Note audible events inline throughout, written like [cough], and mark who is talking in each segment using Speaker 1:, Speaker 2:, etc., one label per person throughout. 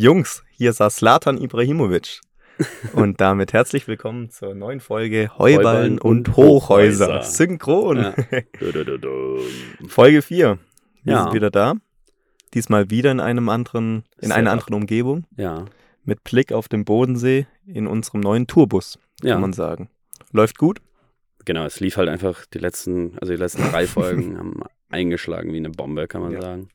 Speaker 1: Jungs, hier saß Slatan Ibrahimovic. Und damit herzlich willkommen zur neuen Folge Heuballen und Hochhäuser.
Speaker 2: Hochhäuser.
Speaker 1: Synchron.
Speaker 2: Ja. Dudududum.
Speaker 1: [laughs] Folge 4. Wir
Speaker 2: Ja.
Speaker 1: sind wieder da. Diesmal wieder in einem anderen, in einer
Speaker 2: Setup.
Speaker 1: anderen Umgebung.
Speaker 2: [laughs] ja.
Speaker 1: Mit Blick auf den Bodensee in unserem neuen Tourbus,
Speaker 2: Ja.
Speaker 1: kann man sagen. Läuft gut.
Speaker 2: Genau, es lief halt einfach die letzten, also die letzten
Speaker 1: [laughs]
Speaker 2: drei Folgen haben eingeschlagen wie eine Bombe, kann man
Speaker 1: Ja.
Speaker 2: sagen.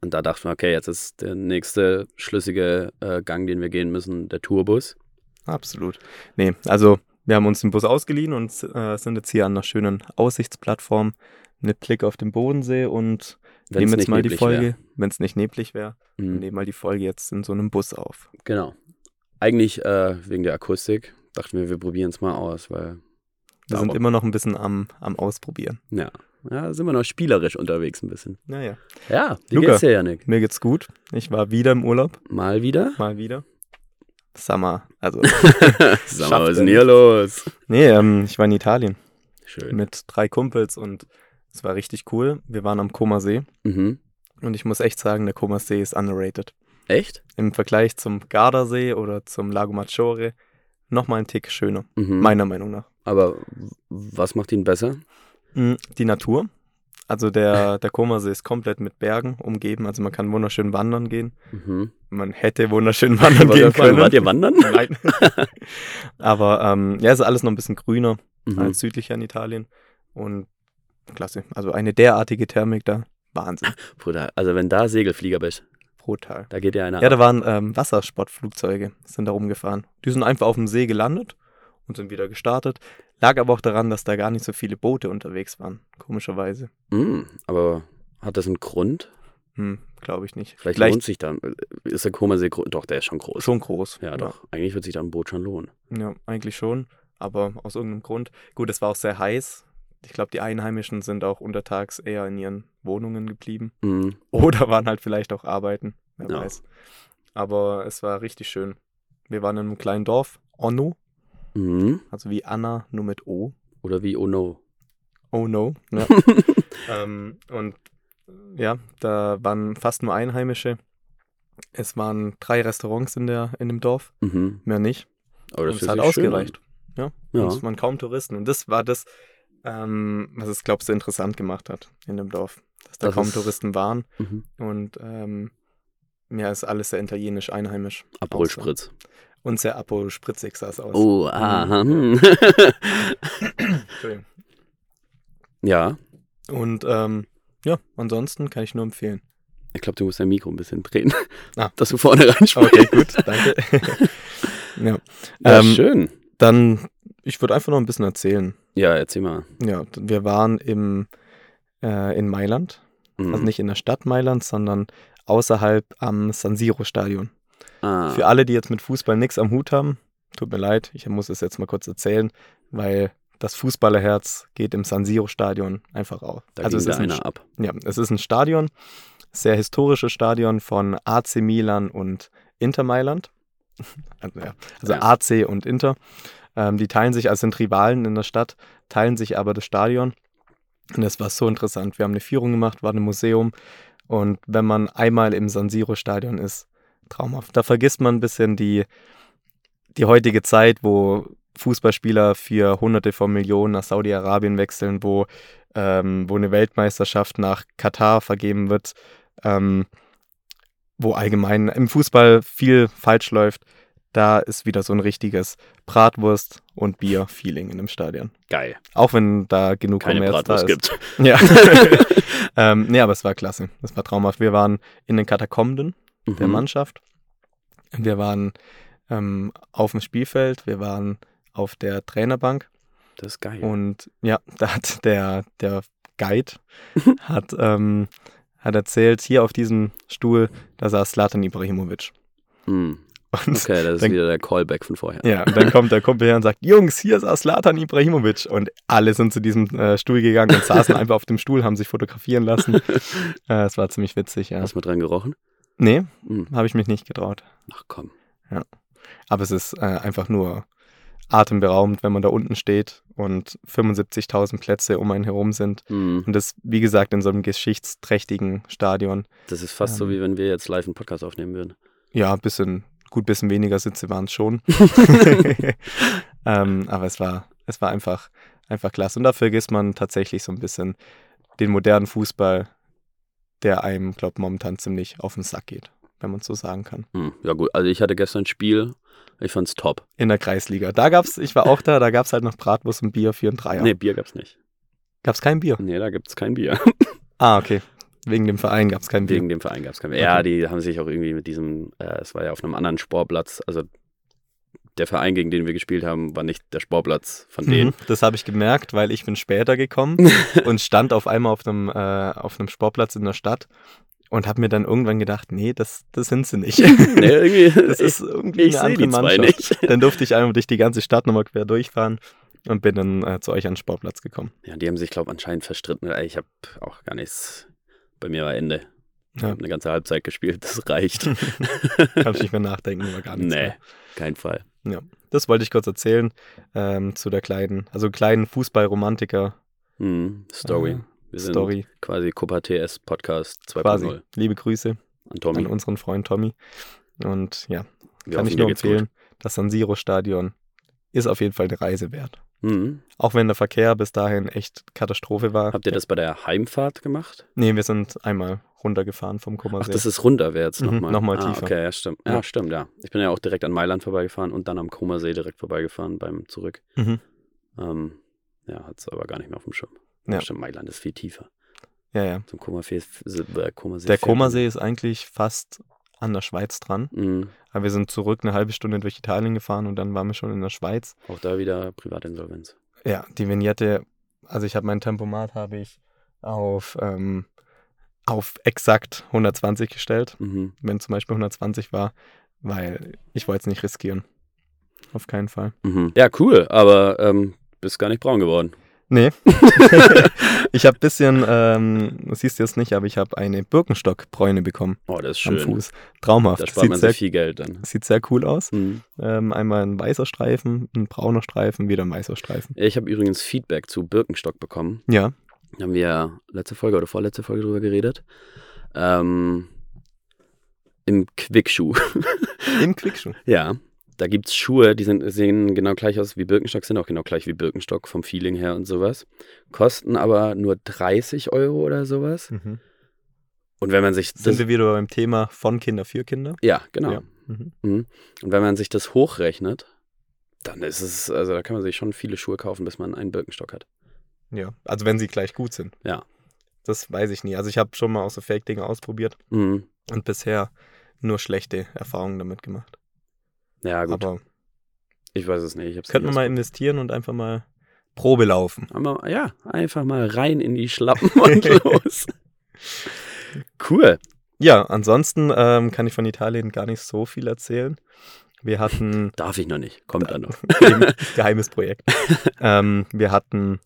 Speaker 2: Und da dachten wir, okay, jetzt ist der nächste schlüssige äh, Gang, den wir gehen müssen, der Tourbus.
Speaker 1: Absolut. Nee, also wir haben uns den Bus ausgeliehen und äh, sind jetzt hier an einer schönen Aussichtsplattform mit Blick auf den Bodensee und
Speaker 2: Wenn's
Speaker 1: nehmen jetzt
Speaker 2: nicht
Speaker 1: mal die
Speaker 2: neblig
Speaker 1: Folge, wenn es nicht neblig wäre,
Speaker 2: wär.
Speaker 1: Wir
Speaker 2: Mhm.
Speaker 1: nehmen mal die Folge jetzt in so einem Bus auf.
Speaker 2: Genau. Eigentlich äh, wegen der Akustik dachten wir, wir probieren es mal aus, weil
Speaker 1: Wir
Speaker 2: Aber-
Speaker 1: sind immer noch ein bisschen am, am Ausprobieren.
Speaker 2: ja, sind wir noch spielerisch unterwegs ein bisschen.
Speaker 1: Naja.
Speaker 2: Ja, wie
Speaker 1: Luca.
Speaker 2: geht's dir, Janik?
Speaker 1: Mir geht's gut. Ich war wieder im Urlaub, [laughs]
Speaker 2: Mal wieder?
Speaker 1: mal wieder. Summer. Also, [laughs]
Speaker 2: Sag mal, was ist denn hier los?
Speaker 1: nee, ähm, ich war in Italien
Speaker 2: Schön.
Speaker 1: mit drei Kumpels und es war richtig cool. Wir waren am Koma See
Speaker 2: Mhm.
Speaker 1: und ich muss echt sagen, der Koma See ist underrated.
Speaker 2: Echt?
Speaker 1: Im Vergleich zum Gardasee oder zum Lago Maggiore nochmal ein Tick schöner,
Speaker 2: Mhm.
Speaker 1: meiner Meinung nach.
Speaker 2: Aber w- was macht ihn besser?
Speaker 1: Mm, Die Natur. Also der, der Komasee ist komplett mit Bergen umgeben. Also man kann wunderschön wandern gehen.
Speaker 2: Mhm.
Speaker 1: Man hätte
Speaker 2: [laughs]
Speaker 1: wunderschön wandern gehen können.
Speaker 2: Wart
Speaker 1: [laughs]
Speaker 2: ihr wandern?
Speaker 1: Nein. [laughs] Aber ähm, ja, ist alles noch ein bisschen grüner
Speaker 2: Mhm.
Speaker 1: als südlicher in Italien. Und klasse. Also eine derartige Thermik da. Wahnsinn.
Speaker 2: Bruder, also wenn da Segelflieger bist,
Speaker 1: Brutal.
Speaker 2: da geht dir einer
Speaker 1: Ja,
Speaker 2: ab.
Speaker 1: da waren ähm, Wassersportflugzeuge, sind da rumgefahren. Die sind einfach auf dem See gelandet und sind wieder gestartet. Lag aber auch daran, dass da gar nicht so viele Boote unterwegs waren, komischerweise.
Speaker 2: Mhm. Aber hat das einen Grund?
Speaker 1: Hm, glaube ich nicht.
Speaker 2: Vielleicht, lohnt sich da. äh, Ist der Komasee groß? Doch, der ist schon groß.
Speaker 1: schon groß.
Speaker 2: Ja, doch. Eigentlich wird sich da ein Boot schon lohnen.
Speaker 1: Ja, eigentlich schon, aber aus irgendeinem Grund. Gut, es war auch sehr heiß. Ich glaube, die Einheimischen sind auch untertags eher in ihren Wohnungen geblieben [laughs]
Speaker 2: Mhm.
Speaker 1: oder waren halt vielleicht auch arbeiten, wer
Speaker 2: Ja.
Speaker 1: weiß. Aber es war richtig schön. Wir waren in einem kleinen Dorf, Onno,
Speaker 2: Mhm.
Speaker 1: also wie Anna, nur mit O.
Speaker 2: Oder wie, oh no.
Speaker 1: Oh no. Ja. ähm, und ja, da waren fast nur Einheimische. Es waren drei Restaurants in, der, in dem Dorf,
Speaker 2: Mhm.
Speaker 1: mehr nicht.
Speaker 2: Aber
Speaker 1: Und es
Speaker 2: fühlt
Speaker 1: hat
Speaker 2: sich schön an.
Speaker 1: ausgereicht. Ja.
Speaker 2: Ja.
Speaker 1: Und es waren kaum Touristen. Und das war das, ähm, was es, glaubst du, interessant gemacht hat in dem Dorf. Dass da
Speaker 2: Das
Speaker 1: kaum
Speaker 2: ist-
Speaker 1: Touristen waren.
Speaker 2: Mhm.
Speaker 1: Und ähm, ja, ist alles sehr italienisch, einheimisch.
Speaker 2: Abholspritz.
Speaker 1: Und sehr apo-spritzig sah es aus.
Speaker 2: Oh, aha.
Speaker 1: Mhm. Entschuldigung.
Speaker 2: [laughs] ja,
Speaker 1: Und ähm, ja, ansonsten kann ich nur
Speaker 2: [laughs]
Speaker 1: empfehlen.
Speaker 2: ich glaube, du musst dein Mikro ein bisschen drehen,
Speaker 1: Ah.
Speaker 2: [laughs] dass du vorne reinsprichst.
Speaker 1: Okay, gut, danke. [laughs] ja.
Speaker 2: Ja,
Speaker 1: Ähm,
Speaker 2: schön.
Speaker 1: Dann, ich würde einfach noch ein bisschen erzählen.
Speaker 2: Ja, erzähl mal.
Speaker 1: Ja, wir waren im, äh, in Mailand.
Speaker 2: Mhm.
Speaker 1: Also nicht in der Stadt Mailand, sondern außerhalb am San Siro-Stadion.
Speaker 2: ah.
Speaker 1: Für alle, die jetzt mit Fußball nichts am Hut haben, tut mir leid, ich muss es jetzt mal kurz erzählen, weil das Fußballerherz geht im San Siro-Stadion einfach auf.
Speaker 2: Da
Speaker 1: also
Speaker 2: also
Speaker 1: es ist,
Speaker 2: ging da
Speaker 1: ein,
Speaker 2: einer ab.
Speaker 1: ja, es ist ein Stadion, sehr historisches Stadion von AC Milan und Inter Mailand. [laughs] Also, ja, also
Speaker 2: Ja.
Speaker 1: AC und Inter. Ähm, die teilen sich, also sind Rivalen in der Stadt, teilen sich aber das Stadion. Und das war so interessant. Wir haben eine Führung gemacht, waren im Museum. Und wenn man einmal im San Siro-Stadion ist, traumhaft. Da vergisst man ein bisschen die, die heutige Zeit, wo Fußballspieler für Hunderte von Millionen nach Saudi-Arabien wechseln, wo, ähm, wo eine Weltmeisterschaft nach Katar vergeben wird, ähm, wo allgemein im Fußball viel falsch läuft. Da ist wieder so ein richtiges Bratwurst- und Bier-Feeling in dem Stadion.
Speaker 2: Geil.
Speaker 1: Auch wenn da genug
Speaker 2: Keine
Speaker 1: Kommerz da
Speaker 2: Bratwurst
Speaker 1: ist.
Speaker 2: gibt. [laughs]
Speaker 1: Ja. [laughs] ähm, nee, aber es war klasse. Das war traumhaft. Wir waren in den Katakomben der
Speaker 2: Mhm.
Speaker 1: Mannschaft. Wir waren ähm, auf dem Spielfeld, wir waren auf der Trainerbank
Speaker 2: Das ist geil.
Speaker 1: und ja, [laughs] da hat der, der Guide hat, ähm, hat erzählt, hier auf diesem Stuhl, da saß Slatan Ibrahimovic.
Speaker 2: Mhm.
Speaker 1: Und
Speaker 2: Okay, das ist
Speaker 1: Dann-
Speaker 2: wieder der Callback von vorher.
Speaker 1: [laughs] ja, und dann kommt der Kumpel her und sagt, Jungs, hier saß Slatan Ibrahimovic. Und alle sind zu diesem äh, Stuhl gegangen und saßen einfach auf dem Stuhl, haben sich fotografieren lassen. Äh, es war ziemlich witzig, ja.
Speaker 2: Hast du mal dran gerochen?
Speaker 1: Nee,
Speaker 2: Mhm.
Speaker 1: habe ich mich nicht getraut.
Speaker 2: Ach komm.
Speaker 1: Aber es ist äh, einfach nur atemberaubend, wenn man da unten steht und 75.000 Plätze um einen herum sind.
Speaker 2: Mhm.
Speaker 1: Und das, wie gesagt, in so einem geschichtsträchtigen Stadion.
Speaker 2: Das ist fast so,
Speaker 1: Ähm.
Speaker 2: wie wenn wir jetzt live einen Podcast aufnehmen würden.
Speaker 1: Ja, ein bisschen, gut, ein bisschen weniger Sitze waren es schon. [laughs] ähm, aber es war, es war einfach, einfach klasse. Und da vergisst man tatsächlich so ein bisschen den modernen Fußball, der einem, glaube ich, momentan ziemlich auf den Sack geht, wenn man so sagen kann.
Speaker 2: Hm, ja, gut. Also, ich hatte gestern ein Spiel. Ich fand's top.
Speaker 1: In der Kreisliga. Da gab's, ich war auch da, da gab's halt noch Bratwurst und Bier, vier und Dreier.
Speaker 2: Nee, Bier gab's nicht.
Speaker 1: Gab's kein Bier?
Speaker 2: Nee, da gibt's kein Bier. [laughs]
Speaker 1: Ah, okay. Wegen dem Verein gab's kein Bier.
Speaker 2: Wegen dem Verein gab's kein Bier. Ja, die haben sich auch irgendwie mit diesem, äh, es war ja auf einem anderen Sportplatz, also der Verein, gegen den wir gespielt haben, war nicht der Sportplatz von denen.
Speaker 1: Mhm, das habe ich gemerkt, weil ich bin später gekommen
Speaker 2: [laughs]
Speaker 1: und stand auf einmal auf einem, äh, auf einem Sportplatz in der Stadt und habe mir dann irgendwann gedacht, nee, das, das sind sie nicht. [laughs]
Speaker 2: [laughs] Nee, irgendwie,
Speaker 1: Das ist irgendwie
Speaker 2: ich
Speaker 1: eine
Speaker 2: seh
Speaker 1: andere
Speaker 2: die zwei
Speaker 1: Mannschaft.
Speaker 2: nicht. [laughs]
Speaker 1: Dann durfte ich einmal durch die ganze Stadt nochmal quer durchfahren und bin dann äh, zu euch an den Sportplatz gekommen.
Speaker 2: ja, die haben sich, glaube anscheinend verstritten. Ich habe auch gar nichts. Bei mir war Ende. Ich
Speaker 1: Ja.
Speaker 2: habe eine ganze Halbzeit gespielt, das reicht.
Speaker 1: [laughs]
Speaker 2: [laughs]
Speaker 1: Kann ich nicht mehr nachdenken über gar nichts.
Speaker 2: nee,
Speaker 1: Mehr.
Speaker 2: kein Fall.
Speaker 1: Das wollte ich kurz erzählen ähm, zu der kleinen, also kleinen Fußballromantiker-Story.
Speaker 2: Hm, Story. wir sind quasi Copa TS Podcast 2.0
Speaker 1: Ah, Quasi. Liebe Grüße
Speaker 2: an Tommy.
Speaker 1: an unseren Freund Tommy. Und ja,
Speaker 2: Wir
Speaker 1: kann
Speaker 2: hoffen,
Speaker 1: ich
Speaker 2: dir
Speaker 1: nur
Speaker 2: also geht's
Speaker 1: empfehlen. Das San Siro Stadion ist auf jeden Fall eine Reise wert.
Speaker 2: Gut. Mhm.
Speaker 1: Auch wenn der Verkehr bis dahin echt Katastrophe war.
Speaker 2: Habt ihr das bei der Heimfahrt gemacht?
Speaker 1: Nee, wir sind einmal runtergefahren vom
Speaker 2: Ach,
Speaker 1: Kummersee.
Speaker 2: das ist runter, wäre jetzt
Speaker 1: Mhm,
Speaker 2: nochmal.
Speaker 1: nochmal
Speaker 2: ah,
Speaker 1: tiefer.
Speaker 2: Okay, ja, stimmt. Ja,
Speaker 1: Ja.
Speaker 2: stimmt, ja. Ich bin ja auch direkt an Mailand vorbeigefahren und dann am Comersee direkt vorbeigefahren beim Zurück.
Speaker 1: mhm.
Speaker 2: Ähm, ja, hat es aber gar nicht mehr auf dem Schirm.
Speaker 1: Ja.
Speaker 2: Stimmt, Mailand ist viel tiefer.
Speaker 1: Ja, ja.
Speaker 2: Zum Comersee. Äh, Comersee
Speaker 1: Der
Speaker 2: fährt
Speaker 1: Kummersee ist eigentlich fast an der Schweiz dran.
Speaker 2: man- Mhm.
Speaker 1: Aber wir sind zurück eine halbe Stunde durch Italien gefahren und dann waren wir schon in der Schweiz.
Speaker 2: Auch da wieder Privatinsolvenz.
Speaker 1: Ja, die Vignette, also ich habe mein Tempomat habe ich auf, ähm, auf exakt 120 gestellt,
Speaker 2: Mhm.
Speaker 1: wenn zum Beispiel 120 war, weil ich wollte es nicht riskieren. Auf keinen Fall.
Speaker 2: Mhm. Ja, cool, aber ähm, bist gar nicht braun geworden.
Speaker 1: Nee. [laughs] ich habe ein bisschen, ähm, das siehst du jetzt nicht, aber ich habe eine Birkenstockbräune bekommen
Speaker 2: Oh, das ist
Speaker 1: am
Speaker 2: schön.
Speaker 1: Fuß. Traumhaft.
Speaker 2: Da spart
Speaker 1: Sieht
Speaker 2: man sich
Speaker 1: sehr,
Speaker 2: viel Geld dann.
Speaker 1: sieht sehr cool aus.
Speaker 2: Mhm.
Speaker 1: Ähm, einmal ein weißer Streifen, ein brauner Streifen, wieder ein weißer Streifen.
Speaker 2: Ich habe übrigens Feedback zu Birkenstock bekommen.
Speaker 1: Ja.
Speaker 2: Da haben wir letzte Folge oder vorletzte Folge drüber geredet. Ähm, Im Quickschuh.
Speaker 1: Im
Speaker 2: [laughs]
Speaker 1: Quickschuh.
Speaker 2: ja. Da gibt es Schuhe, die sind, sehen genau gleich aus wie Birkenstock, sind auch genau gleich wie Birkenstock vom Feeling her und sowas. Kosten aber nur 30 Euro oder sowas.
Speaker 1: Mhm.
Speaker 2: Und wenn man sich das.
Speaker 1: Sind wir wieder beim Thema von Kinder für Kinder?
Speaker 2: ja, genau.
Speaker 1: Ja. Mhm.
Speaker 2: Und wenn man sich das hochrechnet, dann ist es, also da kann man sich schon viele Schuhe kaufen, bis man einen Birkenstock hat.
Speaker 1: Ja. Also wenn sie gleich gut sind.
Speaker 2: Ja.
Speaker 1: Das weiß ich nie. Also ich habe schon mal auch so Fake-Dinge ausprobiert
Speaker 2: Mhm.
Speaker 1: und bisher nur schlechte Erfahrungen damit gemacht.
Speaker 2: Ja, gut.
Speaker 1: Aber
Speaker 2: ich weiß es nicht. Ich hab's
Speaker 1: könnten wir
Speaker 2: nicht
Speaker 1: mal investieren und einfach mal Probe laufen.
Speaker 2: Aber ja, einfach mal rein in
Speaker 1: [laughs]
Speaker 2: die Schlappen und los. Cool.
Speaker 1: Ja, ansonsten ähm, kann ich von Italien gar nicht so viel erzählen. Wir
Speaker 2: [laughs]
Speaker 1: hatten
Speaker 2: Darf ich noch nicht. Kommt dann
Speaker 1: [laughs]
Speaker 2: noch.
Speaker 1: eben geheimes Projekt. Ähm, wir hatten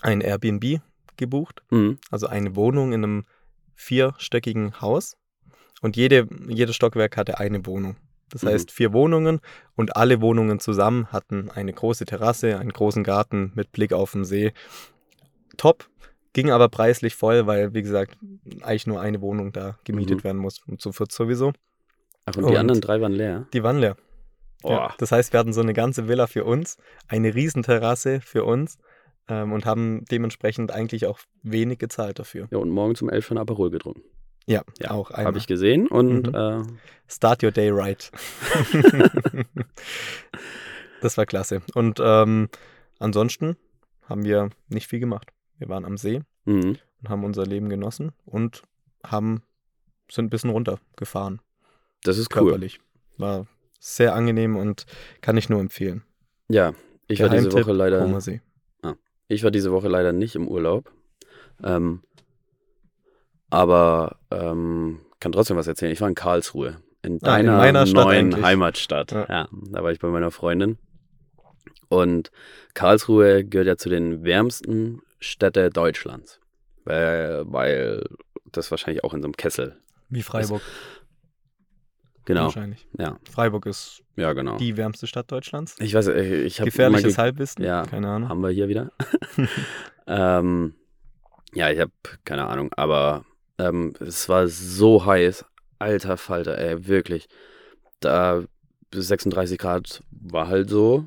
Speaker 1: ein Airbnb gebucht,
Speaker 2: Mhm.
Speaker 1: also eine Wohnung in einem vierstöckigen Haus. Und jede, jedes Stockwerk hatte eine Wohnung. Das
Speaker 2: Mhm.
Speaker 1: heißt vier Wohnungen und alle Wohnungen zusammen hatten eine große Terrasse, einen großen Garten mit Blick auf den See. Top, ging aber preislich voll, weil, wie gesagt, eigentlich nur eine Wohnung da gemietet
Speaker 2: Mhm.
Speaker 1: werden muss. Und so viert sowieso.
Speaker 2: Ach, und, die
Speaker 1: Und-
Speaker 2: anderen drei waren leer.
Speaker 1: Die waren leer.
Speaker 2: Oh,
Speaker 1: Ja, das heißt, wir hatten so eine ganze Villa für uns, eine Riesenterrasse für uns ähm, und haben dementsprechend eigentlich auch wenig gezahlt dafür.
Speaker 2: Ja, und morgen zum 11 ein Aperol getrunken.
Speaker 1: Ja,
Speaker 2: Ja,
Speaker 1: auch
Speaker 2: Habe
Speaker 1: einmal.
Speaker 2: ich gesehen und
Speaker 1: Mhm.
Speaker 2: äh,
Speaker 1: Start your day
Speaker 2: [laughs]
Speaker 1: right. das war klasse. Und ähm, ansonsten haben wir nicht viel gemacht. Wir waren am See
Speaker 2: mhm.
Speaker 1: und haben unser Leben genossen und haben, sind ein bisschen runtergefahren,
Speaker 2: das ist cool.
Speaker 1: körperlich. War sehr angenehm und kann ich nur empfehlen.
Speaker 2: Ja, ich war diese
Speaker 1: Geheimtipp,
Speaker 2: Woche leider.
Speaker 1: Homer See.
Speaker 2: Ich war diese Woche leider nicht im Urlaub. Ähm, aber ähm, kann trotzdem was erzählen. Ich war in Karlsruhe, in
Speaker 1: Ah, in
Speaker 2: deiner
Speaker 1: meiner Stadt
Speaker 2: neuen
Speaker 1: eigentlich.
Speaker 2: Heimatstadt. Ja.
Speaker 1: Ja.
Speaker 2: da war ich bei meiner Freundin. Und Karlsruhe gehört ja zu den wärmsten Städte Deutschlands, weil, weil das wahrscheinlich auch in so einem Kessel.
Speaker 1: Wie Freiburg.
Speaker 2: Genau,
Speaker 1: Wahrscheinlich.
Speaker 2: Ja.
Speaker 1: Freiburg ist
Speaker 2: ja genau.
Speaker 1: die wärmste Stadt Deutschlands.
Speaker 2: Ich weiß, ich, ich habe
Speaker 1: Gefährliches Halbwissen.
Speaker 2: Ja.
Speaker 1: Keine Ahnung.
Speaker 2: haben wir
Speaker 1: [laughs]
Speaker 2: hier wieder. ähm, ja, ich habe keine Ahnung, aber ähm, es war so heiß. Alter Falter, ey, wirklich. Da bis 36 Grad war halt so.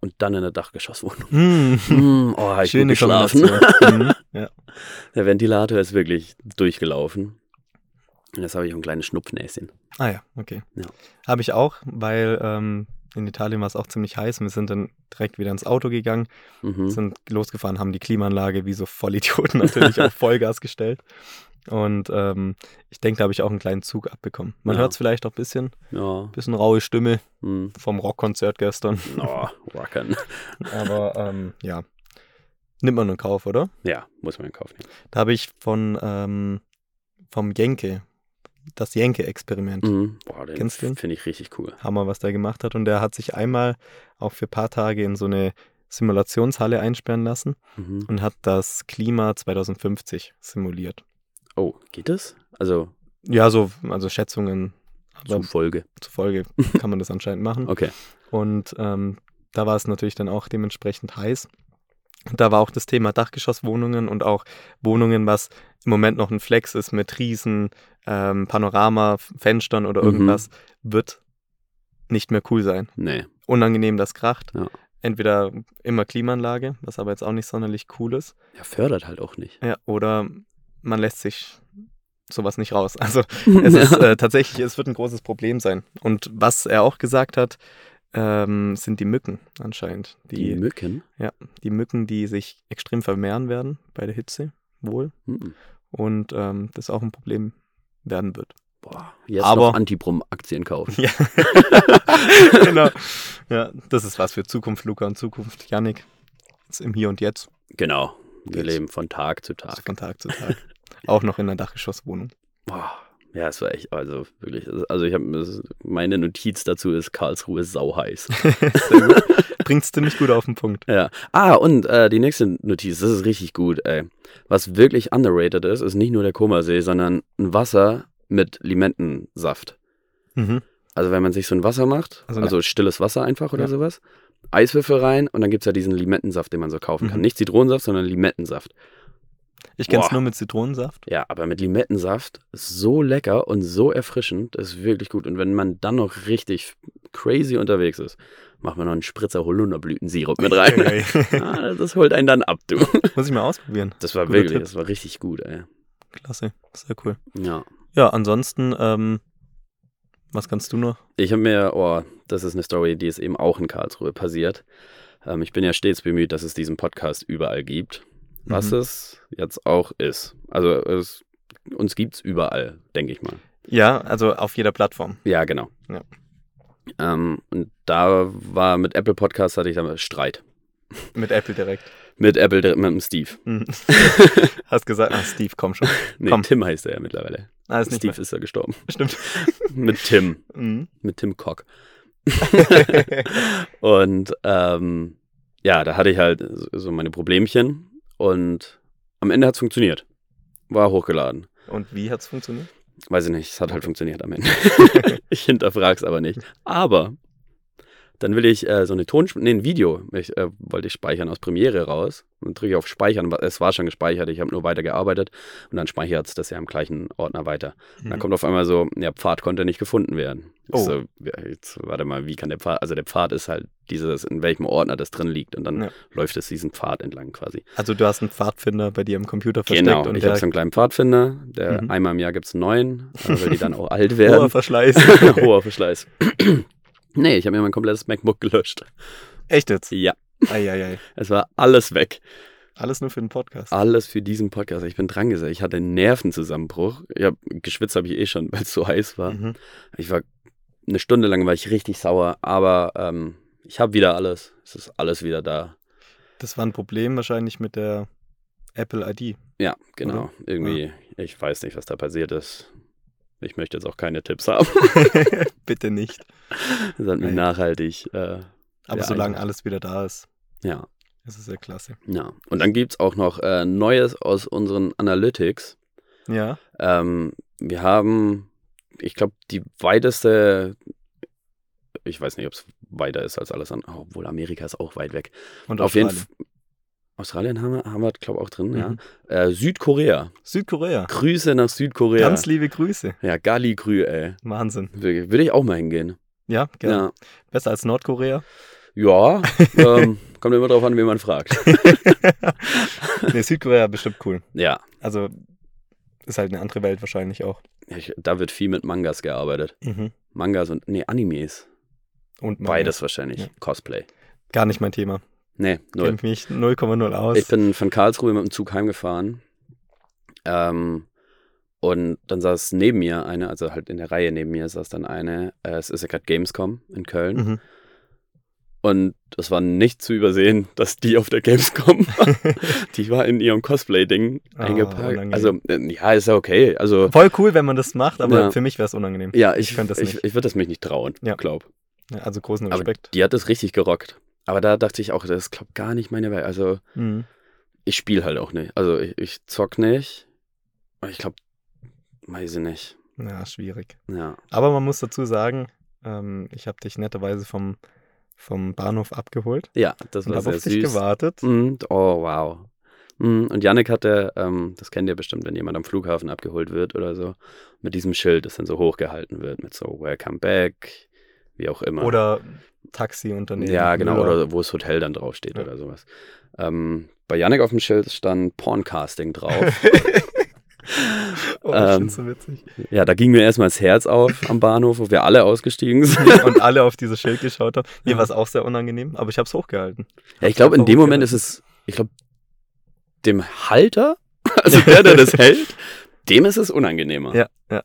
Speaker 2: Und dann in
Speaker 1: [laughs]
Speaker 2: der Dachgeschosswohnung. [laughs]
Speaker 1: Hm.
Speaker 2: Mm, oh, hab ich gut
Speaker 1: Schöne
Speaker 2: geschlafen.
Speaker 1: Kombination. Mhm, ja.
Speaker 2: [laughs] Der Ventilator ist wirklich durchgelaufen. Und jetzt habe ich auch ein kleines Schnupfnäschen.
Speaker 1: Ah ja, okay.
Speaker 2: Ja.
Speaker 1: Habe ich auch, weil ähm, in Italien war es auch ziemlich heiß und wir sind dann direkt wieder ins Auto gegangen,
Speaker 2: Mhm.
Speaker 1: sind losgefahren, haben die Klimaanlage wie so Vollidioten [laughs] natürlich auf Vollgas gestellt. Und ähm, ich denke, da habe ich auch einen kleinen Zug abbekommen. Man
Speaker 2: Ja.
Speaker 1: hört es vielleicht auch ein bisschen,
Speaker 2: Ja.
Speaker 1: bisschen raue Stimme [laughs]
Speaker 2: Mm.
Speaker 1: vom Rockkonzert
Speaker 2: [laughs]
Speaker 1: gestern.
Speaker 2: Oh, rockern.
Speaker 1: Aber ähm, ja, nimmt man in Kauf, oder?
Speaker 2: Ja, muss man in Kauf nehmen.
Speaker 1: Da habe ich von ähm, vom Jenke, das Jenke-Experiment.
Speaker 2: Mhm. Boah, den
Speaker 1: Kennst du den?
Speaker 2: Finde ich richtig cool.
Speaker 1: Hammer, was der gemacht hat. Und der hat sich einmal auch für ein paar Tage in so eine Simulationshalle einsperren lassen
Speaker 2: Mhm.
Speaker 1: und hat das Klima 2050 simuliert.
Speaker 2: Oh, geht das? Also
Speaker 1: Ja, so, also Schätzungen aber
Speaker 2: Zufolge. [laughs]
Speaker 1: zufolge kann man das anscheinend machen.
Speaker 2: Okay.
Speaker 1: Und ähm, da war es natürlich dann auch dementsprechend heiß. Und Da war auch das Thema Dachgeschosswohnungen und auch Wohnungen, was im Moment noch ein Flex ist mit riesen ähm, Panorama, Fenstern oder
Speaker 2: Mhm.
Speaker 1: irgendwas, wird nicht mehr cool sein.
Speaker 2: Nee.
Speaker 1: unangenehm, das kracht.
Speaker 2: Ja.
Speaker 1: Entweder immer Klimaanlage, was aber jetzt auch nicht sonderlich cool ist,
Speaker 2: Ja, fördert halt
Speaker 1: [laughs]
Speaker 2: auch nicht.
Speaker 1: ja, oder man lässt sich sowas nicht raus. [laughs] Also es ist äh, tatsächlich, es wird ein großes Problem sein. Und was er auch gesagt hat, ähm, sind die Mücken anscheinend.
Speaker 2: die
Speaker 1: Die,
Speaker 2: Mücken.
Speaker 1: die Mücken, die sich extrem vermehren werden bei der Hitze, wohl.
Speaker 2: Mhm.
Speaker 1: Und ähm, das auch ein Problem werden
Speaker 2: [laughs]
Speaker 1: wird.
Speaker 2: Boah, jetzt
Speaker 1: Aber-
Speaker 2: noch Antibrum-Aktien kaufen.
Speaker 1: Ja. genau. Ja, das ist was für Zukunft, Luca, und Zukunft, Yannick. Jetzt Im Hier und Jetzt.
Speaker 2: Genau. Wir
Speaker 1: Geht's.
Speaker 2: leben von Tag zu
Speaker 1: Also
Speaker 2: Tag.
Speaker 1: von Tag zu Tag. [laughs] Auch noch in der Dachgeschosswohnung. [laughs]
Speaker 2: Boah. Ja, es war echt, also wirklich, also ich habe, meine Notiz dazu ist, Karlsruhe ist sauheiß.
Speaker 1: Bringt es ziemlich gut auf den Punkt.
Speaker 2: Ja. Ah, und äh, die nächste Notiz, das ist richtig gut, ey. Was wirklich underrated ist, ist nicht nur der Komasee, sondern ein Wasser mit Limettensaft.
Speaker 1: Mhm.
Speaker 2: Also wenn man sich so ein Wasser macht,
Speaker 1: Also
Speaker 2: also,
Speaker 1: eine-
Speaker 2: stilles Wasser einfach oder
Speaker 1: Ja.
Speaker 2: sowas, Eiswürfel rein und dann gibt es ja diesen Limettensaft, den man so kaufen kann.
Speaker 1: Mhm.
Speaker 2: Nicht Zitronensaft, sondern Limettensaft.
Speaker 1: Ich kenne es
Speaker 2: Boah.
Speaker 1: nur mit Zitronensaft.
Speaker 2: Ja, aber mit Limettensaft ist so lecker und so erfrischend, das ist wirklich gut. Und wenn man dann noch richtig crazy unterwegs ist, macht man noch einen Spritzer Holunderblütensirup mit rein. [laughs] ah, das holt einen dann ab, du.
Speaker 1: [laughs] Muss ich mal ausprobieren.
Speaker 2: Das war
Speaker 1: Guter
Speaker 2: wirklich,
Speaker 1: Tipp.
Speaker 2: das war richtig gut, ey.
Speaker 1: Klasse. Sehr cool.
Speaker 2: Ja.
Speaker 1: Ja, ansonsten, ähm, was kannst du noch?
Speaker 2: Ich habe mir, oh, das ist eine Story, die ist eben auch in Karlsruhe passiert. Ähm, ich bin ja stets bemüht, dass es diesen Podcast überall gibt, was
Speaker 1: Mhm.
Speaker 2: es jetzt auch ist. Also es, uns gibt es überall, denke ich mal.
Speaker 1: Ja, also auf jeder Plattform.
Speaker 2: Ja, genau.
Speaker 1: Ja.
Speaker 2: Ähm, und da war mit Apple Podcast hatte ich dann Streit.
Speaker 1: Mit Apple direkt.
Speaker 2: Mit Apple, direkt mit dem Steve.
Speaker 1: [laughs] Mhm. Hast gesagt, ach, Steve, komm schon.
Speaker 2: Nee,
Speaker 1: Komm.
Speaker 2: Tim heißt er ja mittlerweile.
Speaker 1: Ah, ist nicht
Speaker 2: Steve ist ja gestorben.
Speaker 1: Mehr. [laughs] Stimmt.
Speaker 2: mit Tim. [laughs]
Speaker 1: Mhm.
Speaker 2: Mit Tim Cock. Und ähm, ja, da hatte ich halt so- so meine Problemchen und am Ende hat es funktioniert. War hochgeladen.
Speaker 1: Und wie hat es funktioniert?
Speaker 2: Weiß ich nicht, es hat halt funktioniert
Speaker 1: [laughs]
Speaker 2: am Ende. [laughs] ich hinterfrag's aber nicht. Aber dann will ich äh, so eine Tonspur, nee, ein Video ich, äh, wollte ich speichern aus Premiere raus. Dann drücke ich auf Speichern, wa- es war schon gespeichert, ich habe nur weitergearbeitet und dann speichert es das ja im gleichen Ordner weiter. Und dann kommt auf einmal so, ja, Pfad konnte nicht gefunden werden. Ich
Speaker 1: Mhm. Oh.
Speaker 2: So, ja, jetzt warte mal, wie kann der Pfad, also der Pfad ist halt dieses, in welchem Ordner das drin liegt und dann
Speaker 1: Ja.
Speaker 2: läuft es diesen Pfad entlang quasi.
Speaker 1: Also du hast einen Pfadfinder bei dir im Computer versteckt
Speaker 2: Genau,
Speaker 1: und
Speaker 2: ich habe so einen kleinen Pfadfinder, der
Speaker 1: Mhm.
Speaker 2: einmal im Jahr gibt es einen neuen, äh, weil
Speaker 1: [laughs]
Speaker 2: die dann auch alt
Speaker 1: der hoher
Speaker 2: werden. [laughs]
Speaker 1: Verschleiß.
Speaker 2: Hoher Verschleiß. nee, ich habe mir mein komplettes MacBook gelöscht.
Speaker 1: Echt jetzt?
Speaker 2: Ja,
Speaker 1: Eieiei.
Speaker 2: es war alles weg.
Speaker 1: Alles nur für den Podcast.
Speaker 2: Alles für diesen Podcast. Ich bin dran gesessen. Ich hatte einen Nervenzusammenbruch. Ich hab, geschwitzt habe ich eh schon, weil es so heiß war.
Speaker 1: Mhm.
Speaker 2: Ich war eine Stunde lang war ich richtig sauer, aber ähm, ich habe wieder alles. Es ist alles wieder da.
Speaker 1: Das war ein Problem wahrscheinlich mit der Apple
Speaker 2: [laughs]
Speaker 1: ID.
Speaker 2: Ja, genau. Irgendwie, ich weiß nicht, was da passiert ist. Ich möchte jetzt auch keine Tipps
Speaker 1: [laughs]
Speaker 2: haben. [laughs]
Speaker 1: Bitte nicht.
Speaker 2: Das hat mich
Speaker 1: Nee.
Speaker 2: nachhaltig. Äh,
Speaker 1: Aber
Speaker 2: Ja,
Speaker 1: solange
Speaker 2: eigentlich.
Speaker 1: alles wieder da ist,
Speaker 2: ja,
Speaker 1: ist es ja klasse.
Speaker 2: ja. Und dann gibt es auch noch äh, Neues aus unseren Analytics.
Speaker 1: Ja.
Speaker 2: Ähm, wir haben, ich glaube, die weiteste, ich weiß nicht, ob es weiter ist als alles andere, obwohl oh, Amerika ist auch weit weg.
Speaker 1: Und
Speaker 2: Auf jeden
Speaker 1: Australien.
Speaker 2: Fall. Australien haben wir, haben wir glaube ich, auch drin,
Speaker 1: Mhm.
Speaker 2: ja. Äh, Südkorea.
Speaker 1: Südkorea.
Speaker 2: Grüße nach Südkorea.
Speaker 1: Ganz liebe Grüße.
Speaker 2: ja, Gali-Grü, ey.
Speaker 1: Wahnsinn.
Speaker 2: Würde würde ich auch mal hingehen.
Speaker 1: Ja, gell.
Speaker 2: Ja.
Speaker 1: Besser als
Speaker 2: [laughs]
Speaker 1: Nordkorea. [laughs]
Speaker 2: Ja, ähm, kommt immer drauf an, wen man fragt.
Speaker 1: Nee, Südkorea bestimmt cool.
Speaker 2: Ja,
Speaker 1: Also ist halt eine andere Welt wahrscheinlich auch.
Speaker 2: ich, da wird viel mit Mangas gearbeitet.
Speaker 1: Mhm.
Speaker 2: Mangas und, nee, Animes.
Speaker 1: Und Manga.
Speaker 2: Beides wahrscheinlich.
Speaker 1: Ja.
Speaker 2: Cosplay.
Speaker 1: Gar nicht mein Thema.
Speaker 2: Nee, null.
Speaker 1: Kennt mich 0,0 aus.
Speaker 2: Ich bin von Karlsruhe mit dem Zug heimgefahren. Ähm, und dann saß neben mir eine, also halt in der Reihe neben mir saß dann eine, äh, es ist ja gerade Gamescom in Köln.
Speaker 1: mhm.
Speaker 2: Und das war nicht zu übersehen, dass die auf der Gamescom [laughs] war.
Speaker 1: [laughs]
Speaker 2: die war in ihrem Cosplay-Ding
Speaker 1: Ah,
Speaker 2: eingepackt.
Speaker 1: unangenehm.
Speaker 2: Also, äh, ja, ist ja okay. Also,
Speaker 1: Voll cool, wenn man das macht, aber
Speaker 2: Ja.
Speaker 1: für mich wäre es unangenehm.
Speaker 2: ja, ich,
Speaker 1: Ich könnte das
Speaker 2: ich,
Speaker 1: nicht.
Speaker 2: ich würde das mich nicht trauen,
Speaker 1: Ja.
Speaker 2: glaub.
Speaker 1: Ja, Also großen
Speaker 2: Aber
Speaker 1: Respekt.
Speaker 2: die hat das richtig gerockt. Aber da dachte ich auch, das ist, glaub gar nicht meine Welt. Also,
Speaker 1: Mhm.
Speaker 2: ich spiele halt auch nicht. Also ich, ich zock nicht. Aber ich glaube, weiß ich nicht.
Speaker 1: Ja, schwierig.
Speaker 2: Ja.
Speaker 1: Aber man muss dazu sagen, ähm, ich habe dich netterweise vom, vom Bahnhof abgeholt
Speaker 2: Ja, das
Speaker 1: und
Speaker 2: war
Speaker 1: habe
Speaker 2: sehr
Speaker 1: auf dich
Speaker 2: süß.
Speaker 1: gewartet.
Speaker 2: Und, oh, wow. Mm, Und Yannick hatte, ähm, das kennt ihr bestimmt, wenn jemand am Flughafen abgeholt wird oder so, mit diesem Schild, das dann so hochgehalten wird, mit so Welcome back, wie auch immer.
Speaker 1: Oder Taxiunternehmen.
Speaker 2: ja, genau,
Speaker 1: Müller. [laughs]
Speaker 2: oder wo das Hotel dann draufsteht
Speaker 1: Ja.
Speaker 2: oder sowas. Ähm, bei Yannick auf dem Schild stand Porncasting [laughs] drauf.
Speaker 1: Oh, ich
Speaker 2: ähm,
Speaker 1: find's so witzig. [laughs]
Speaker 2: ja, da ging mir erstmal das Herz auf am Bahnhof, wo wir alle ausgestiegen sind.
Speaker 1: Und alle auf dieses Schild geschaut haben. Mir war es auch sehr unangenehm, aber ich habe es hochgehalten.
Speaker 2: Ja, ich glaube, in dem
Speaker 1: Warum
Speaker 2: Moment
Speaker 1: geht
Speaker 2: ist es, ich glaube, dem Halter, [laughs]
Speaker 1: [laughs]
Speaker 2: also der, der das hält, dem ist es unangenehmer.
Speaker 1: Ja, ja.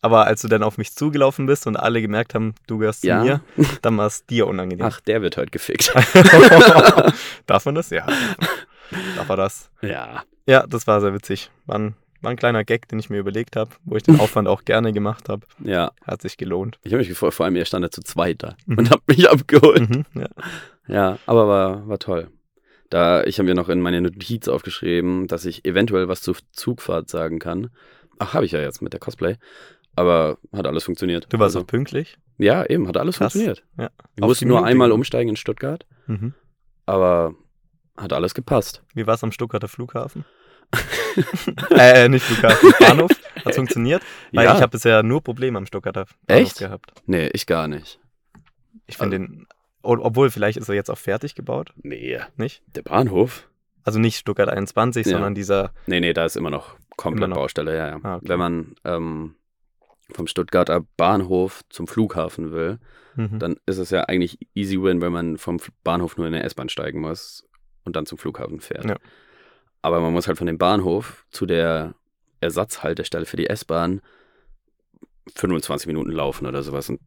Speaker 1: Aber als du dann auf mich zugelaufen bist und alle gemerkt haben, du gehörst
Speaker 2: Ja.
Speaker 1: zu mir, dann war es dir unangenehm.
Speaker 2: Ach, der wird heute gefickt.
Speaker 1: [laughs] Darf man das?
Speaker 2: [laughs]
Speaker 1: Ja. Darf er das?
Speaker 2: ja.
Speaker 1: Ja, das war sehr witzig. War ein, war ein kleiner Gag, den ich mir überlegt habe, wo ich
Speaker 2: [laughs]
Speaker 1: den Aufwand auch gerne gemacht habe.
Speaker 2: Ja.
Speaker 1: Hat sich gelohnt.
Speaker 2: Ich habe mich gefreut, vor allem ihr standet zu zweit da
Speaker 1: Mhm.
Speaker 2: und habt mich abgeholt.
Speaker 1: Mhm, ja.
Speaker 2: Ja, aber war, war toll. Da, ich habe mir noch in meine Notiz aufgeschrieben, dass ich eventuell was zur Zugfahrt sagen kann. Ach, habe ich ja jetzt mit der Cosplay. Aber hat alles funktioniert.
Speaker 1: Du warst auch
Speaker 2: also,
Speaker 1: pünktlich.
Speaker 2: Ja, eben, hat alles
Speaker 1: Krass.
Speaker 2: funktioniert.
Speaker 1: Ja.
Speaker 2: Ich
Speaker 1: Auf
Speaker 2: musste
Speaker 1: die
Speaker 2: nur
Speaker 1: Minute
Speaker 2: einmal
Speaker 1: genau.
Speaker 2: umsteigen in Stuttgart.
Speaker 1: Mhm.
Speaker 2: aber hat alles gepasst.
Speaker 1: Wie war es am Stuttgarter Flughafen? [laughs] äh, nicht Flughafen, Bahnhof. Hat funktioniert. Weil ich habe bisher nur Probleme am Stuttgarter Bahnhof
Speaker 2: Echt? Also
Speaker 1: gehabt.
Speaker 2: nee, ich gar nicht.
Speaker 1: Ich finde den. ob- Obwohl, vielleicht ist er jetzt auch fertig gebaut,
Speaker 2: Nee,
Speaker 1: nicht?
Speaker 2: der Bahnhof?
Speaker 1: Also nicht Stuttgart 21,
Speaker 2: Ja.
Speaker 1: sondern dieser.
Speaker 2: Nee, nee, da ist immer noch komplett
Speaker 1: Immer noch.
Speaker 2: Baustelle, ja, ja.
Speaker 1: Ah, okay.
Speaker 2: Wenn man ähm, vom Stuttgarter Bahnhof zum Flughafen will,
Speaker 1: Mhm.
Speaker 2: dann ist es ja eigentlich easy win, wenn man vom F- Bahnhof nur in eine S-Bahn steigen muss und dann zum Flughafen fährt.
Speaker 1: Ja.
Speaker 2: Aber man muss halt von dem Bahnhof zu der Ersatzhaltestelle für die S-Bahn 25 Minuten laufen oder sowas. Und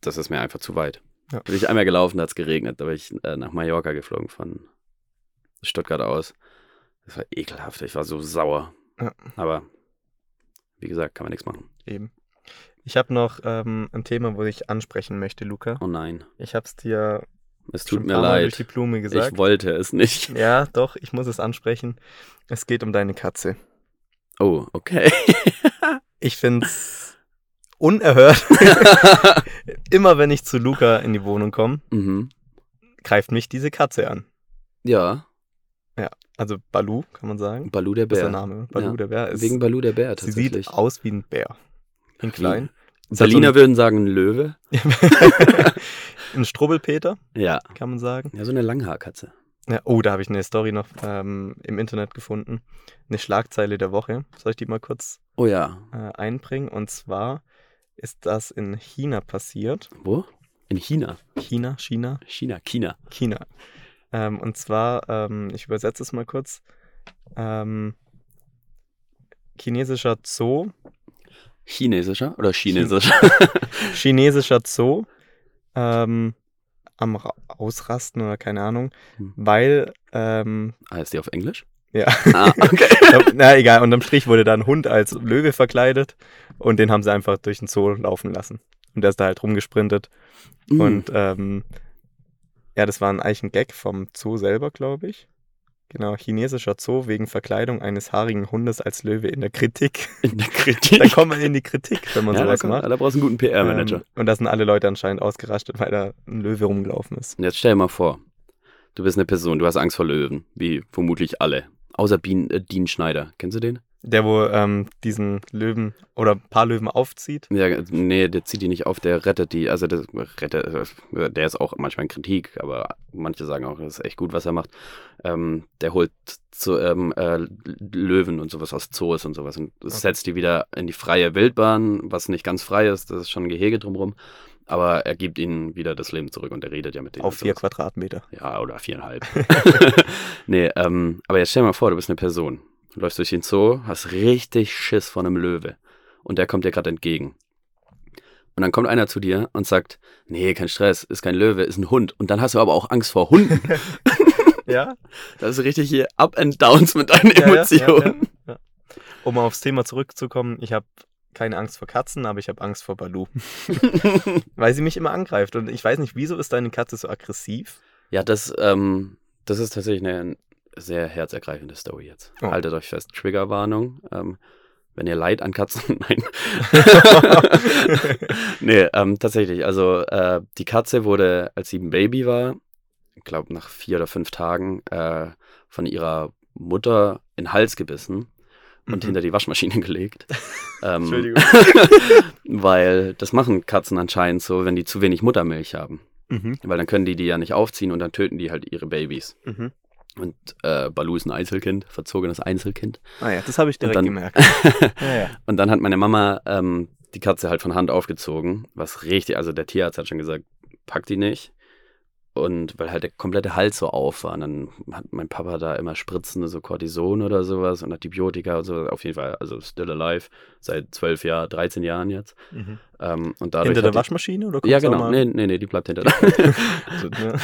Speaker 2: das ist mir einfach zu weit.
Speaker 1: Ja.
Speaker 2: Bin ich einmal gelaufen, da hat es geregnet. Da bin ich äh, nach Mallorca geflogen von Stuttgart aus. Das war ekelhaft. Ich war so sauer.
Speaker 1: Ja.
Speaker 2: Aber wie gesagt, kann man nichts machen.
Speaker 1: Eben. Ich habe noch ähm, ein Thema, wo ich ansprechen möchte, Luca.
Speaker 2: Oh nein,
Speaker 1: Ich habe es dir
Speaker 2: es tut
Speaker 1: schon ein
Speaker 2: mir
Speaker 1: paar Mal durch die
Speaker 2: leid.
Speaker 1: Blume gesagt.
Speaker 2: Ich wollte es nicht.
Speaker 1: [laughs] Ja, doch, ich muss es ansprechen. Es geht um deine Katze.
Speaker 2: Oh, okay. [laughs]
Speaker 1: Ich find's
Speaker 2: [laughs]
Speaker 1: unerhört. Immer wenn ich zu Luca in die Wohnung komme,
Speaker 2: mhm.
Speaker 1: greift mich diese Katze an.
Speaker 2: Ja,
Speaker 1: Also Balu, kann man sagen.
Speaker 2: Balu der
Speaker 1: Das ist der
Speaker 2: Bär.
Speaker 1: Name. Balu,
Speaker 2: Ja.
Speaker 1: der Bär. Ist,
Speaker 2: Wegen Balu der Bär
Speaker 1: sie sieht
Speaker 2: tatsächlich.
Speaker 1: aus wie ein Bär. In klein. Es hat
Speaker 2: Berliner
Speaker 1: so
Speaker 2: würden sagen Löwe.
Speaker 1: [laughs] ein, ein Strubbelpeter,
Speaker 2: Ja.
Speaker 1: kann man sagen.
Speaker 2: Ja, so eine Langhaarkatze.
Speaker 1: Ja, oh, da habe ich eine Story noch ähm, im Internet gefunden. Eine Schlagzeile der Woche. Soll ich die mal kurz
Speaker 2: Oh ja.
Speaker 1: äh, einbringen? Und zwar ist das in China passiert.
Speaker 2: Wo? In China.
Speaker 1: China, China.
Speaker 2: China, China.
Speaker 1: China. Ähm, und zwar, ähm, ich übersetze es mal kurz. Ähm, chinesischer Zoo,
Speaker 2: Chinesischer oder chinesischer?
Speaker 1: chinesischer Zoo ähm, am Ra Ausrasten oder keine Ahnung,
Speaker 2: Hm.
Speaker 1: weil, ähm,
Speaker 2: Heißt Ah, die auf Englisch?
Speaker 1: ja,
Speaker 2: [laughs]
Speaker 1: [laughs]
Speaker 2: Ah, [laughs] okay.
Speaker 1: na egal, unterm Strich wurde da ein Hund als Löwe verkleidet und den haben sie einfach durch den Zoo laufen lassen. Und der ist da halt rumgesprintet.
Speaker 2: Mm.
Speaker 1: Und ähm, ja, das war ein Eichengag vom Zoo selber, glaube ich. Genau, chinesischer Zoo wegen Verkleidung eines haarigen Hundes als Löwe in der
Speaker 2: [laughs]
Speaker 1: Kritik.
Speaker 2: in der
Speaker 1: da
Speaker 2: Kritik.
Speaker 1: kommt man in die Kritik, wenn man
Speaker 2: ja, da,
Speaker 1: sowas
Speaker 2: kommt,
Speaker 1: macht.
Speaker 2: da brauchst du einen guten PR-Manager.
Speaker 1: Ähm, und da sind alle Leute anscheinend ausgerastet, weil da ein Löwe rumgelaufen ist.
Speaker 2: Und jetzt stell dir mal vor, Du bist eine Person, du hast Angst vor Löwen, wie vermutlich alle. Außer Bien, äh, Dean Schneider. Kennst du den?
Speaker 1: Der, wo ähm, diesen Löwen oder ein paar Löwen aufzieht.
Speaker 2: Ja, äh, nee, der zieht die nicht auf, der rettet die. Also das rettet, äh, der ist auch manchmal in Kritik, aber manche sagen auch, das ist echt gut, was er macht. Ähm, der holt zu, ähm, äh, Löwen und sowas aus Zoos und sowas und setzt die wieder in die freie Wildbahn, was nicht ganz frei ist, das ist schon ein Gehege drumherum. Aber er gibt ihnen wieder das Leben zurück und er redet ja mit denen.
Speaker 1: Auf
Speaker 2: und
Speaker 1: vier
Speaker 2: sowas.
Speaker 1: Quadratmeter.
Speaker 2: Ja, oder viereinhalb. [laughs] nee, ähm, aber jetzt stell dir mal vor, du bist eine Person. Du läufst durch den Zoo, hast richtig Schiss vor einem Löwe. Und der kommt dir gerade entgegen. Und dann kommt einer zu dir und sagt, nee, kein Stress, ist kein Löwe, ist ein Hund. Und dann hast du aber auch Angst vor
Speaker 1: [laughs]
Speaker 2: Hunden.
Speaker 1: Ja,
Speaker 2: Das ist richtig hier Up and Downs mit deinen
Speaker 1: Ja, ja,
Speaker 2: Emotionen.
Speaker 1: Ja, ja, ja. Um aufs Thema zurückzukommen, ich habe keine Angst vor Katzen, aber ich habe Angst vor
Speaker 2: [laughs]
Speaker 1: Balu, weil sie mich immer angreift. Und ich weiß nicht, wieso ist deine Katze so aggressiv?
Speaker 2: Ja, das, ähm, das ist tatsächlich eine sehr herzergreifende Story jetzt.
Speaker 1: Oh.
Speaker 2: Haltet euch fest, Triggerwarnung. Ähm, wenn ihr leid an Katzen, [laughs]
Speaker 1: [laughs]
Speaker 2: nein. nee, ähm, tatsächlich. Also äh, die Katze wurde, als sie ein Baby war, ich glaube nach vier oder fünf Tagen, äh, von ihrer Mutter in den Hals gebissen [laughs] und
Speaker 1: Mhm. [laughs]
Speaker 2: hinter die Waschmaschine [laughs] gelegt. ähm,
Speaker 1: Entschuldigung.
Speaker 2: [laughs] weil das machen Katzen anscheinend so, wenn die zu wenig Muttermilch haben.
Speaker 1: Mhm.
Speaker 2: Weil dann können die die ja nicht aufziehen und dann töten die halt ihre Babys.
Speaker 1: Mhm.
Speaker 2: Und äh, Balu ist ein Einzelkind, verzogenes Einzelkind.
Speaker 1: Ah ja, das habe ich direkt
Speaker 2: dann- [laughs]
Speaker 1: gemerkt. Ja, ja.
Speaker 2: Und dann hat meine Mama ähm, die Katze halt von Hand aufgezogen, was richtig, also der Tierarzt hat schon gesagt, pack die nicht. Und weil halt der komplette Hals so auf war. Und dann hat mein Papa da immer Spritzen, so Cortison oder sowas und Antibiotika und so. Auf jeden Fall, also still alive, seit 12 Jahren, 13 Jahren jetzt.
Speaker 1: Mhm.
Speaker 2: Ähm, und dadurch
Speaker 1: Hinter
Speaker 2: hat
Speaker 1: der
Speaker 2: die-
Speaker 1: Waschmaschine oder
Speaker 2: Ja,
Speaker 1: kommt's auch
Speaker 2: genau.
Speaker 1: mal-
Speaker 2: Nee, nee, nee, die bleibt hinter
Speaker 1: [laughs]
Speaker 2: der [laughs]
Speaker 1: So, ne?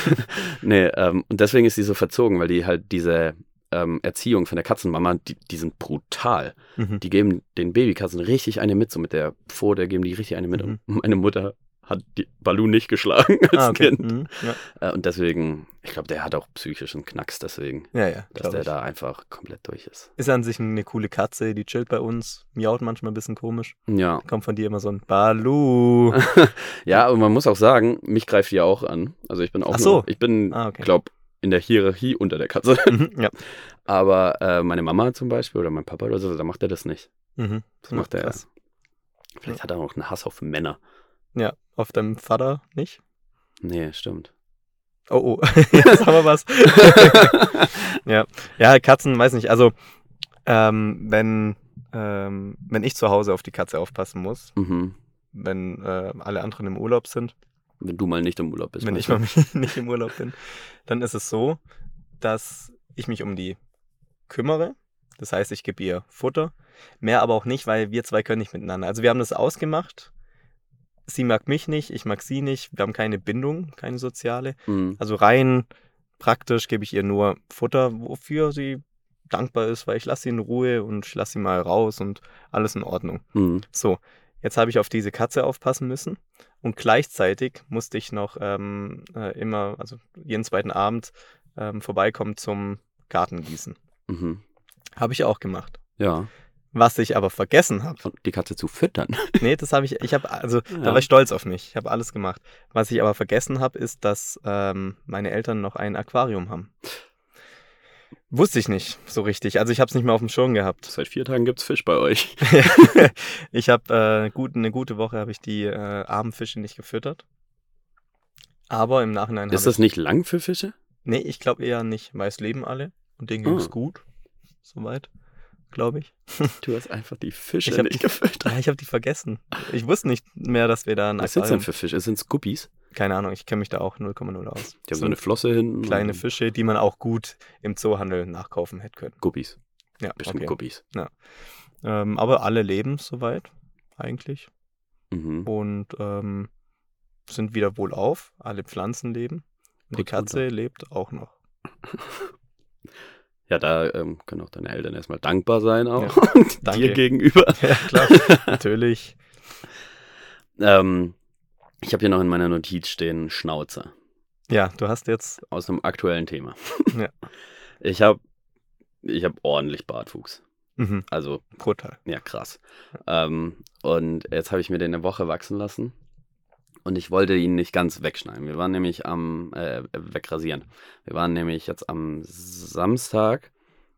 Speaker 2: Nee, ähm, und deswegen ist sie so verzogen, weil die halt diese ähm, Erziehung von der Katzenmama, die, die sind brutal.
Speaker 1: Mhm.
Speaker 2: Die geben den Babykatzen richtig eine mit, so mit der Pfote geben die richtig eine mit.
Speaker 1: Mhm.
Speaker 2: Und meine Mutter hat die Balu nicht geschlagen [laughs] als
Speaker 1: Ah, okay.
Speaker 2: Kind.
Speaker 1: Mhm. Ja,
Speaker 2: Äh, und deswegen, ich glaube, der hat auch psychischen Knacks deswegen,
Speaker 1: ja, ja
Speaker 2: dass
Speaker 1: glaub
Speaker 2: der
Speaker 1: ich.
Speaker 2: da einfach komplett durch ist.
Speaker 1: Ist an sich eine coole Katze, die chillt bei uns, miaut manchmal ein bisschen komisch.
Speaker 2: Ja.
Speaker 1: Kommt von dir immer so ein
Speaker 2: [laughs]
Speaker 1: Balu.
Speaker 2: ja, und man muss auch sagen, mich greift die ja auch an. Also ich bin auch
Speaker 1: Ach so.
Speaker 2: nur, ich bin,
Speaker 1: Ah, okay.
Speaker 2: glaube in der Hierarchie unter der Katze. [laughs]
Speaker 1: Mhm. Ja.
Speaker 2: Aber äh, meine Mama zum Beispiel oder mein Papa oder so, da macht er das nicht.
Speaker 1: Mhm.
Speaker 2: Das macht er
Speaker 1: Krass.
Speaker 2: erst. Vielleicht hat er auch einen Hass auf Männer.
Speaker 1: Ja, auf deinem Vater nicht?
Speaker 2: Nee,
Speaker 1: [laughs]
Speaker 2: stimmt. [laughs]
Speaker 1: Oh, [laughs] oh, jetzt haben wir was. ja, Katzen, weiß nicht. Also, ähm, wenn, ähm, wenn ich zu Hause auf die Katze aufpassen muss,
Speaker 2: mhm.
Speaker 1: wenn äh, alle anderen im Urlaub sind,
Speaker 2: Wenn du mal nicht im Urlaub bist.
Speaker 1: wenn ich
Speaker 2: meinst
Speaker 1: mal
Speaker 2: du?
Speaker 1: nicht [laughs] im Urlaub bin, dann ist es so, dass ich mich um die kümmere. Das heißt, ich gebe ihr Futter. Mehr aber auch nicht, weil wir zwei können nicht miteinander. Also wir haben das ausgemacht. Sie mag mich nicht, ich mag sie nicht. Wir haben keine Bindung, keine soziale.
Speaker 2: Mhm.
Speaker 1: Also rein praktisch gebe ich ihr nur Futter, wofür sie dankbar ist, weil ich lasse sie in Ruhe und ich lasse sie mal raus und alles in Ordnung.
Speaker 2: Mhm.
Speaker 1: So, jetzt habe ich auf diese Katze aufpassen müssen und gleichzeitig musste ich noch ähm, äh, immer, also jeden zweiten Abend ähm, vorbeikommen zum Gartengießen.
Speaker 2: Mhm.
Speaker 1: Habe ich auch gemacht.
Speaker 2: Ja.
Speaker 1: Was ich aber vergessen habe,
Speaker 2: Und die Katze zu füttern.
Speaker 1: nee, das habe ich, ich habe, also da
Speaker 2: Ja.
Speaker 1: war ich stolz auf mich, ich habe alles gemacht. Was ich aber vergessen habe, ist, dass ähm, meine Eltern noch ein Aquarium haben. Wusste ich nicht so richtig, also ich habe es nicht mehr auf dem Schirm gehabt. [laughs]
Speaker 2: [laughs] Seit vier Tagen gibt's Fisch bei euch.
Speaker 1: ich habe äh, gut, eine gute Woche habe ich die äh, armen Fische nicht gefüttert. Aber im Nachhinein
Speaker 2: [laughs] Ist
Speaker 1: hab ich,
Speaker 2: das nicht lang für Fische?
Speaker 1: Nee, ich glaube eher nicht, weil es leben alle und denen ging es
Speaker 2: Ah.
Speaker 1: gut. Soweit, glaube ich.
Speaker 2: Du hast einfach die Fische
Speaker 1: Ich hab
Speaker 2: nicht
Speaker 1: die-
Speaker 2: gefüttert. [laughs]
Speaker 1: Ja, ich habe die vergessen. Ich wusste nicht mehr, dass wir da ein
Speaker 2: Was sind's denn
Speaker 1: Aquarium...
Speaker 2: für Fische? Sind Guppies?
Speaker 1: Keine Ahnung, ich kenne mich da auch 0,0 aus.
Speaker 2: Die haben so
Speaker 1: Sind
Speaker 2: eine Flosse hinten.
Speaker 1: kleine
Speaker 2: und-
Speaker 1: Fische, die man auch gut im Zoohandel nachkaufen hätte können.
Speaker 2: Guppies.
Speaker 1: Ja,
Speaker 2: Bestimmt
Speaker 1: okay.
Speaker 2: Guppies.
Speaker 1: Ähm, aber alle leben soweit, eigentlich.
Speaker 2: Mhm.
Speaker 1: und ähm, sind wieder wohlauf. Alle Pflanzen leben. Und die
Speaker 2: Kurz runter.
Speaker 1: Katze lebt auch
Speaker 2: [laughs]
Speaker 1: noch.
Speaker 2: Ja, da ähm, können auch deine Eltern erstmal dankbar sein, auch [laughs]
Speaker 1: Danke.
Speaker 2: dir gegenüber.
Speaker 1: Ja, klar. Natürlich.
Speaker 2: Ähm, ich habe hier noch in meiner Notiz stehen Schnauzer.
Speaker 1: Ja, du hast jetzt.
Speaker 2: aus einem aktuellen Thema.
Speaker 1: Ja.
Speaker 2: [laughs] Ich habe ich hab ordentlich Bartwuchs.
Speaker 1: Mhm,
Speaker 2: Also,
Speaker 1: brutal.
Speaker 2: ja, krass. Ähm, und jetzt habe ich mir den eine Woche wachsen lassen. Und ich wollte ihn nicht ganz wegschneiden. Wir waren nämlich am äh, Wegrasieren. Wir waren nämlich jetzt am Samstag,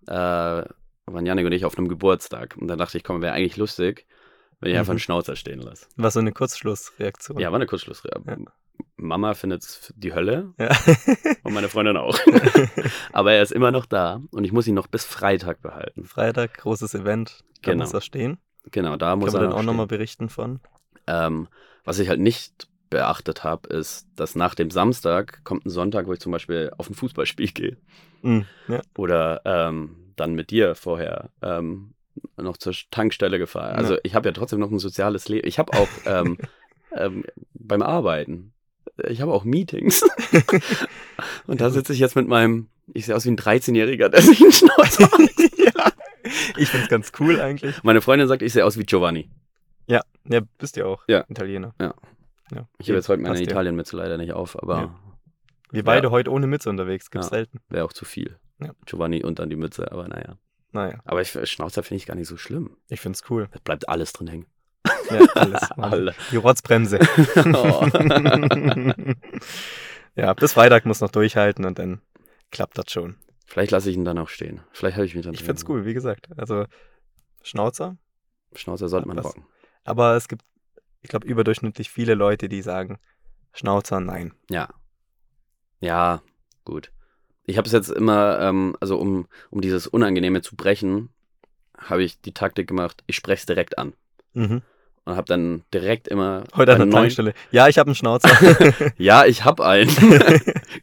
Speaker 2: äh, waren Janik und ich auf einem Geburtstag. Und dann dachte ich, komm, wäre eigentlich lustig, wenn ich
Speaker 1: Mhm.
Speaker 2: einfach einen Schnauzer stehen lasse.
Speaker 1: War so eine Kurzschlussreaktion.
Speaker 2: Ja, war eine Kurzschlussreaktion. Mama findet die Hölle [laughs]
Speaker 1: Ja.
Speaker 2: und meine
Speaker 1: [laughs]
Speaker 2: Freundin auch. Aber er ist immer noch da und ich muss ihn noch bis Freitag behalten.
Speaker 1: Freitag, großes Event. Da
Speaker 2: Genau.
Speaker 1: muss er stehen.
Speaker 2: Genau, da muss
Speaker 1: Können wir
Speaker 2: er
Speaker 1: dann auch
Speaker 2: stehen.
Speaker 1: nochmal berichten von.
Speaker 2: Ähm, was ich halt nicht beachtet habe, ist, dass nach dem Samstag kommt ein Sonntag, wo ich zum Beispiel auf ein Fußballspiel [laughs] gehe.
Speaker 1: Mhm.
Speaker 2: [laughs]
Speaker 1: Ja. [laughs]
Speaker 2: Oder ähm, dann mit dir vorher ähm, noch zur Tankstelle gefahren. Also
Speaker 1: Ja.
Speaker 2: ich habe ja trotzdem noch ein soziales Leben. Ich habe auch
Speaker 1: [laughs]
Speaker 2: ähm, ähm, beim Arbeiten, ich habe auch
Speaker 1: [laughs]
Speaker 2: Meetings. Und da sitze ich jetzt mit meinem, ich sehe aus wie ein 13-Jähriger, der sich
Speaker 1: [laughs]
Speaker 2: einen Schnauzer
Speaker 1: ja. Ich find's ganz cool eigentlich.
Speaker 2: Meine Freundin sagt, ich sehe aus wie Giovanni.
Speaker 1: Ja, ja bist ja auch
Speaker 2: Ja.
Speaker 1: Italiener.
Speaker 2: Ja.
Speaker 1: Ja.
Speaker 2: Ich habe jetzt heute meine
Speaker 1: Passt ja.
Speaker 2: Italien-Mütze leider nicht auf, aber
Speaker 1: Ja. Wir beide heute ohne Mütze unterwegs, gibt's
Speaker 2: Ja.
Speaker 1: selten.
Speaker 2: wäre auch zu viel.
Speaker 1: Ja.
Speaker 2: Giovanni und dann die Mütze, aber naja.
Speaker 1: Naja,
Speaker 2: Aber ich, Schnauzer finde ich gar nicht so schlimm.
Speaker 1: ich find's
Speaker 2: [laughs]
Speaker 1: cool.
Speaker 2: Es bleibt alles drin hängen.
Speaker 1: Ja, alles.
Speaker 2: Alle.
Speaker 1: Die
Speaker 2: [laughs]
Speaker 1: Rotzbremse. [laughs]
Speaker 2: Oh. [laughs]
Speaker 1: ja, bis Freitag muss noch durchhalten und dann klappt das schon.
Speaker 2: Vielleicht lasse ich ihn dann auch stehen. Vielleicht habe ich mich dann.
Speaker 1: Ich
Speaker 2: drin
Speaker 1: find's
Speaker 2: gemacht.
Speaker 1: cool, wie gesagt. Also Schnauzer.
Speaker 2: Schnauzer sollte man
Speaker 1: Was?
Speaker 2: rocken.
Speaker 1: Aber es gibt, ich glaube, überdurchschnittlich viele Leute, die sagen, Schnauzer, nein.
Speaker 2: Ja. Ja, gut. Ich habe es jetzt immer, ähm, also um, um dieses Unangenehme zu brechen, habe ich die Taktik gemacht, ich spreche es direkt an.
Speaker 1: Mhm.
Speaker 2: Und habe dann direkt immer.
Speaker 1: Heute an
Speaker 2: bei
Speaker 1: der
Speaker 2: neuen-
Speaker 1: Tankstelle. Ja, ich habe einen
Speaker 2: [laughs]
Speaker 1: Schnauzer.
Speaker 2: Ja, ich hab einen.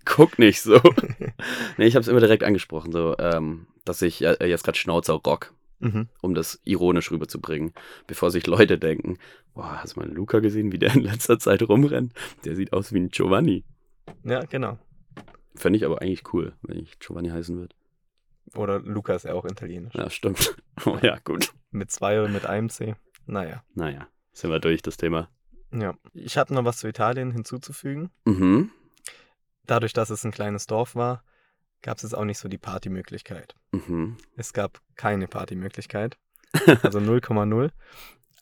Speaker 2: Guck nicht so. Nee, ich hab's immer direkt angesprochen, so, ähm, dass ich äh, jetzt gerade Schnauzer rock,
Speaker 1: mhm.
Speaker 2: um das ironisch rüberzubringen, bevor sich Leute denken, boah, hast du mal einen Luca gesehen, wie der in letzter Zeit rumrennt? Der sieht aus wie ein Giovanni.
Speaker 1: Ja, genau.
Speaker 2: Fände ich aber eigentlich cool, wenn ich Giovanni heißen würde.
Speaker 1: Oder Luca ist ja auch italienisch.
Speaker 2: Ja, stimmt. [laughs] Oh ja, gut.
Speaker 1: Mit zwei oder mit einem C. Naja.
Speaker 2: Naja, sind wir durch, das Thema.
Speaker 1: Ja. Ich habe noch was zu Italien hinzuzufügen.
Speaker 2: Mhm.
Speaker 1: Dadurch, dass es ein kleines Dorf war, gab es jetzt auch nicht so die Partymöglichkeit.
Speaker 2: Mhm.
Speaker 1: Es gab keine Partymöglichkeit. Also 0,0.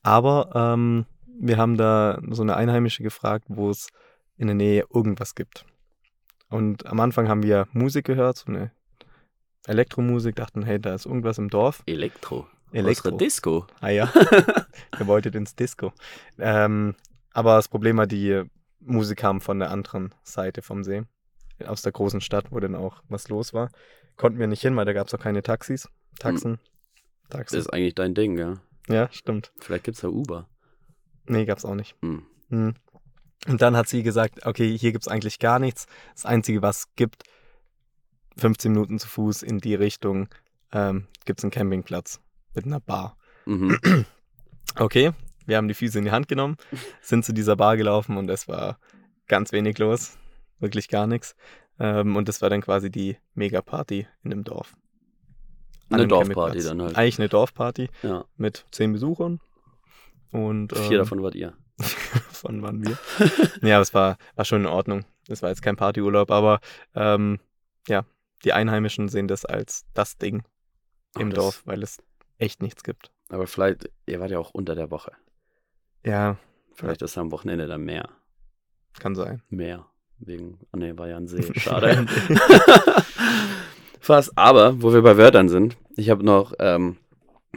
Speaker 1: Aber ähm, wir haben da so eine Einheimische gefragt, wo es in der Nähe irgendwas gibt. Und am Anfang haben wir Musik gehört, so eine Elektromusik, dachten, hey, da ist irgendwas im Dorf.
Speaker 2: Elektro.
Speaker 1: Elektro.
Speaker 2: Unsere Disco.
Speaker 1: Ah ja, [laughs] ihr wolltet ins Disco. Ähm, aber das Problem war, die Musik kam von der anderen Seite vom See, aus der großen Stadt, wo dann auch was los war. Konnten wir nicht hin, weil da gab es auch keine Taxis. Taxen. Taxen.
Speaker 2: Das ist eigentlich dein Ding, ja.
Speaker 1: Ja, stimmt.
Speaker 2: Vielleicht gibt's da Uber.
Speaker 1: Nee, gab es auch nicht.
Speaker 2: Mhm.
Speaker 1: Hm. Und dann hat sie gesagt, okay, hier gibt es eigentlich gar nichts. Das Einzige, was es gibt, 15 Minuten zu Fuß in die Richtung, ähm, gibt es einen Campingplatz mit einer Bar.
Speaker 2: Mhm.
Speaker 1: Okay, wir haben die Füße in die Hand genommen, sind zu dieser Bar gelaufen und es war ganz wenig los, wirklich gar nichts. Ähm, und das war dann quasi die Mega-Party in dem Dorf. An
Speaker 2: Eine
Speaker 1: dem
Speaker 2: Dorfparty
Speaker 1: Campingplatz.
Speaker 2: dann halt.
Speaker 1: Eigentlich eine Dorfparty
Speaker 2: Ja.
Speaker 1: mit zehn Besuchern. Und, ähm, [laughs]
Speaker 2: Vier davon wart ihr.
Speaker 1: von waren wir. ja, aber es war, war schon in Ordnung. Es war jetzt kein Partyurlaub, aber ähm, ja, die Einheimischen sehen das als das Ding im
Speaker 2: Ach, das-
Speaker 1: Dorf, weil es echt nichts gibt.
Speaker 2: Aber vielleicht, ihr wart ja auch unter der Woche.
Speaker 1: Ja,
Speaker 2: Vielleicht ist am Wochenende dann mehr.
Speaker 1: kann sein.
Speaker 2: Mehr. Wegen, oh nee, war ja ein [laughs] See. Schade. Fast. Aber, wo wir bei Wörtern sind, ich habe noch ähm,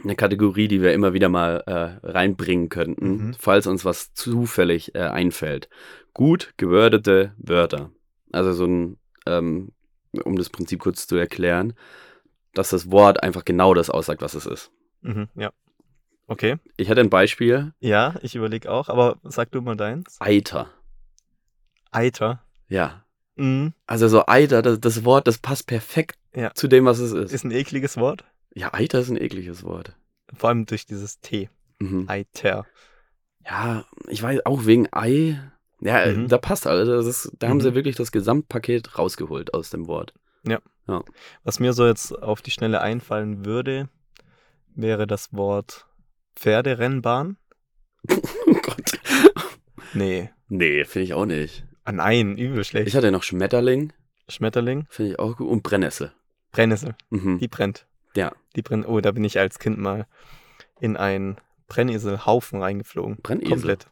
Speaker 2: eine Kategorie, die wir immer wieder mal äh, reinbringen könnten,
Speaker 1: Mhm.
Speaker 2: falls uns was zufällig äh, einfällt. Gut gewördete Wörter. Also so ein, ähm, um das Prinzip kurz zu erklären, dass das Wort einfach genau das aussagt, was es ist.
Speaker 1: Mhm, ja. Okay.
Speaker 2: Ich hatte ein Beispiel,
Speaker 1: Ja, ich überlege auch, aber sag du mal deins.
Speaker 2: Eiter.
Speaker 1: Eiter.
Speaker 2: Ja.
Speaker 1: Mhm.
Speaker 2: Also so Eiter, das, das Wort, das passt perfekt
Speaker 1: Ja.
Speaker 2: zu dem, was es ist.
Speaker 1: Ist ein ekliges Wort.
Speaker 2: Ja, Eiter ist ein ekliges Wort.
Speaker 1: Vor allem durch dieses T.
Speaker 2: Mhm.
Speaker 1: Eiter.
Speaker 2: Ja, ich weiß auch wegen Ei. Ja, äh,
Speaker 1: Mhm.
Speaker 2: da passt alles. Also Das ist, da haben
Speaker 1: Mhm.
Speaker 2: sie wirklich das Gesamtpaket rausgeholt aus dem Wort. [laughs]
Speaker 1: Was mir so jetzt auf die Schnelle einfallen würde, wäre das Wort Pferderennbahn.
Speaker 2: Oh Gott.
Speaker 1: Nee.
Speaker 2: Nee, finde ich auch nicht.
Speaker 1: Ah nein, übel schlecht.
Speaker 2: Ich hatte noch Schmetterling,
Speaker 1: Schmetterling,
Speaker 2: finde ich auch gut. Und Brennnessel.
Speaker 1: Brennnessel,
Speaker 2: Mhm.
Speaker 1: die brennt.
Speaker 2: Ja.
Speaker 1: Die brennt. Oh, da bin ich als Kind mal in einen Brenneselhaufen reingeflogen.
Speaker 2: Brennesel.
Speaker 1: Komplett.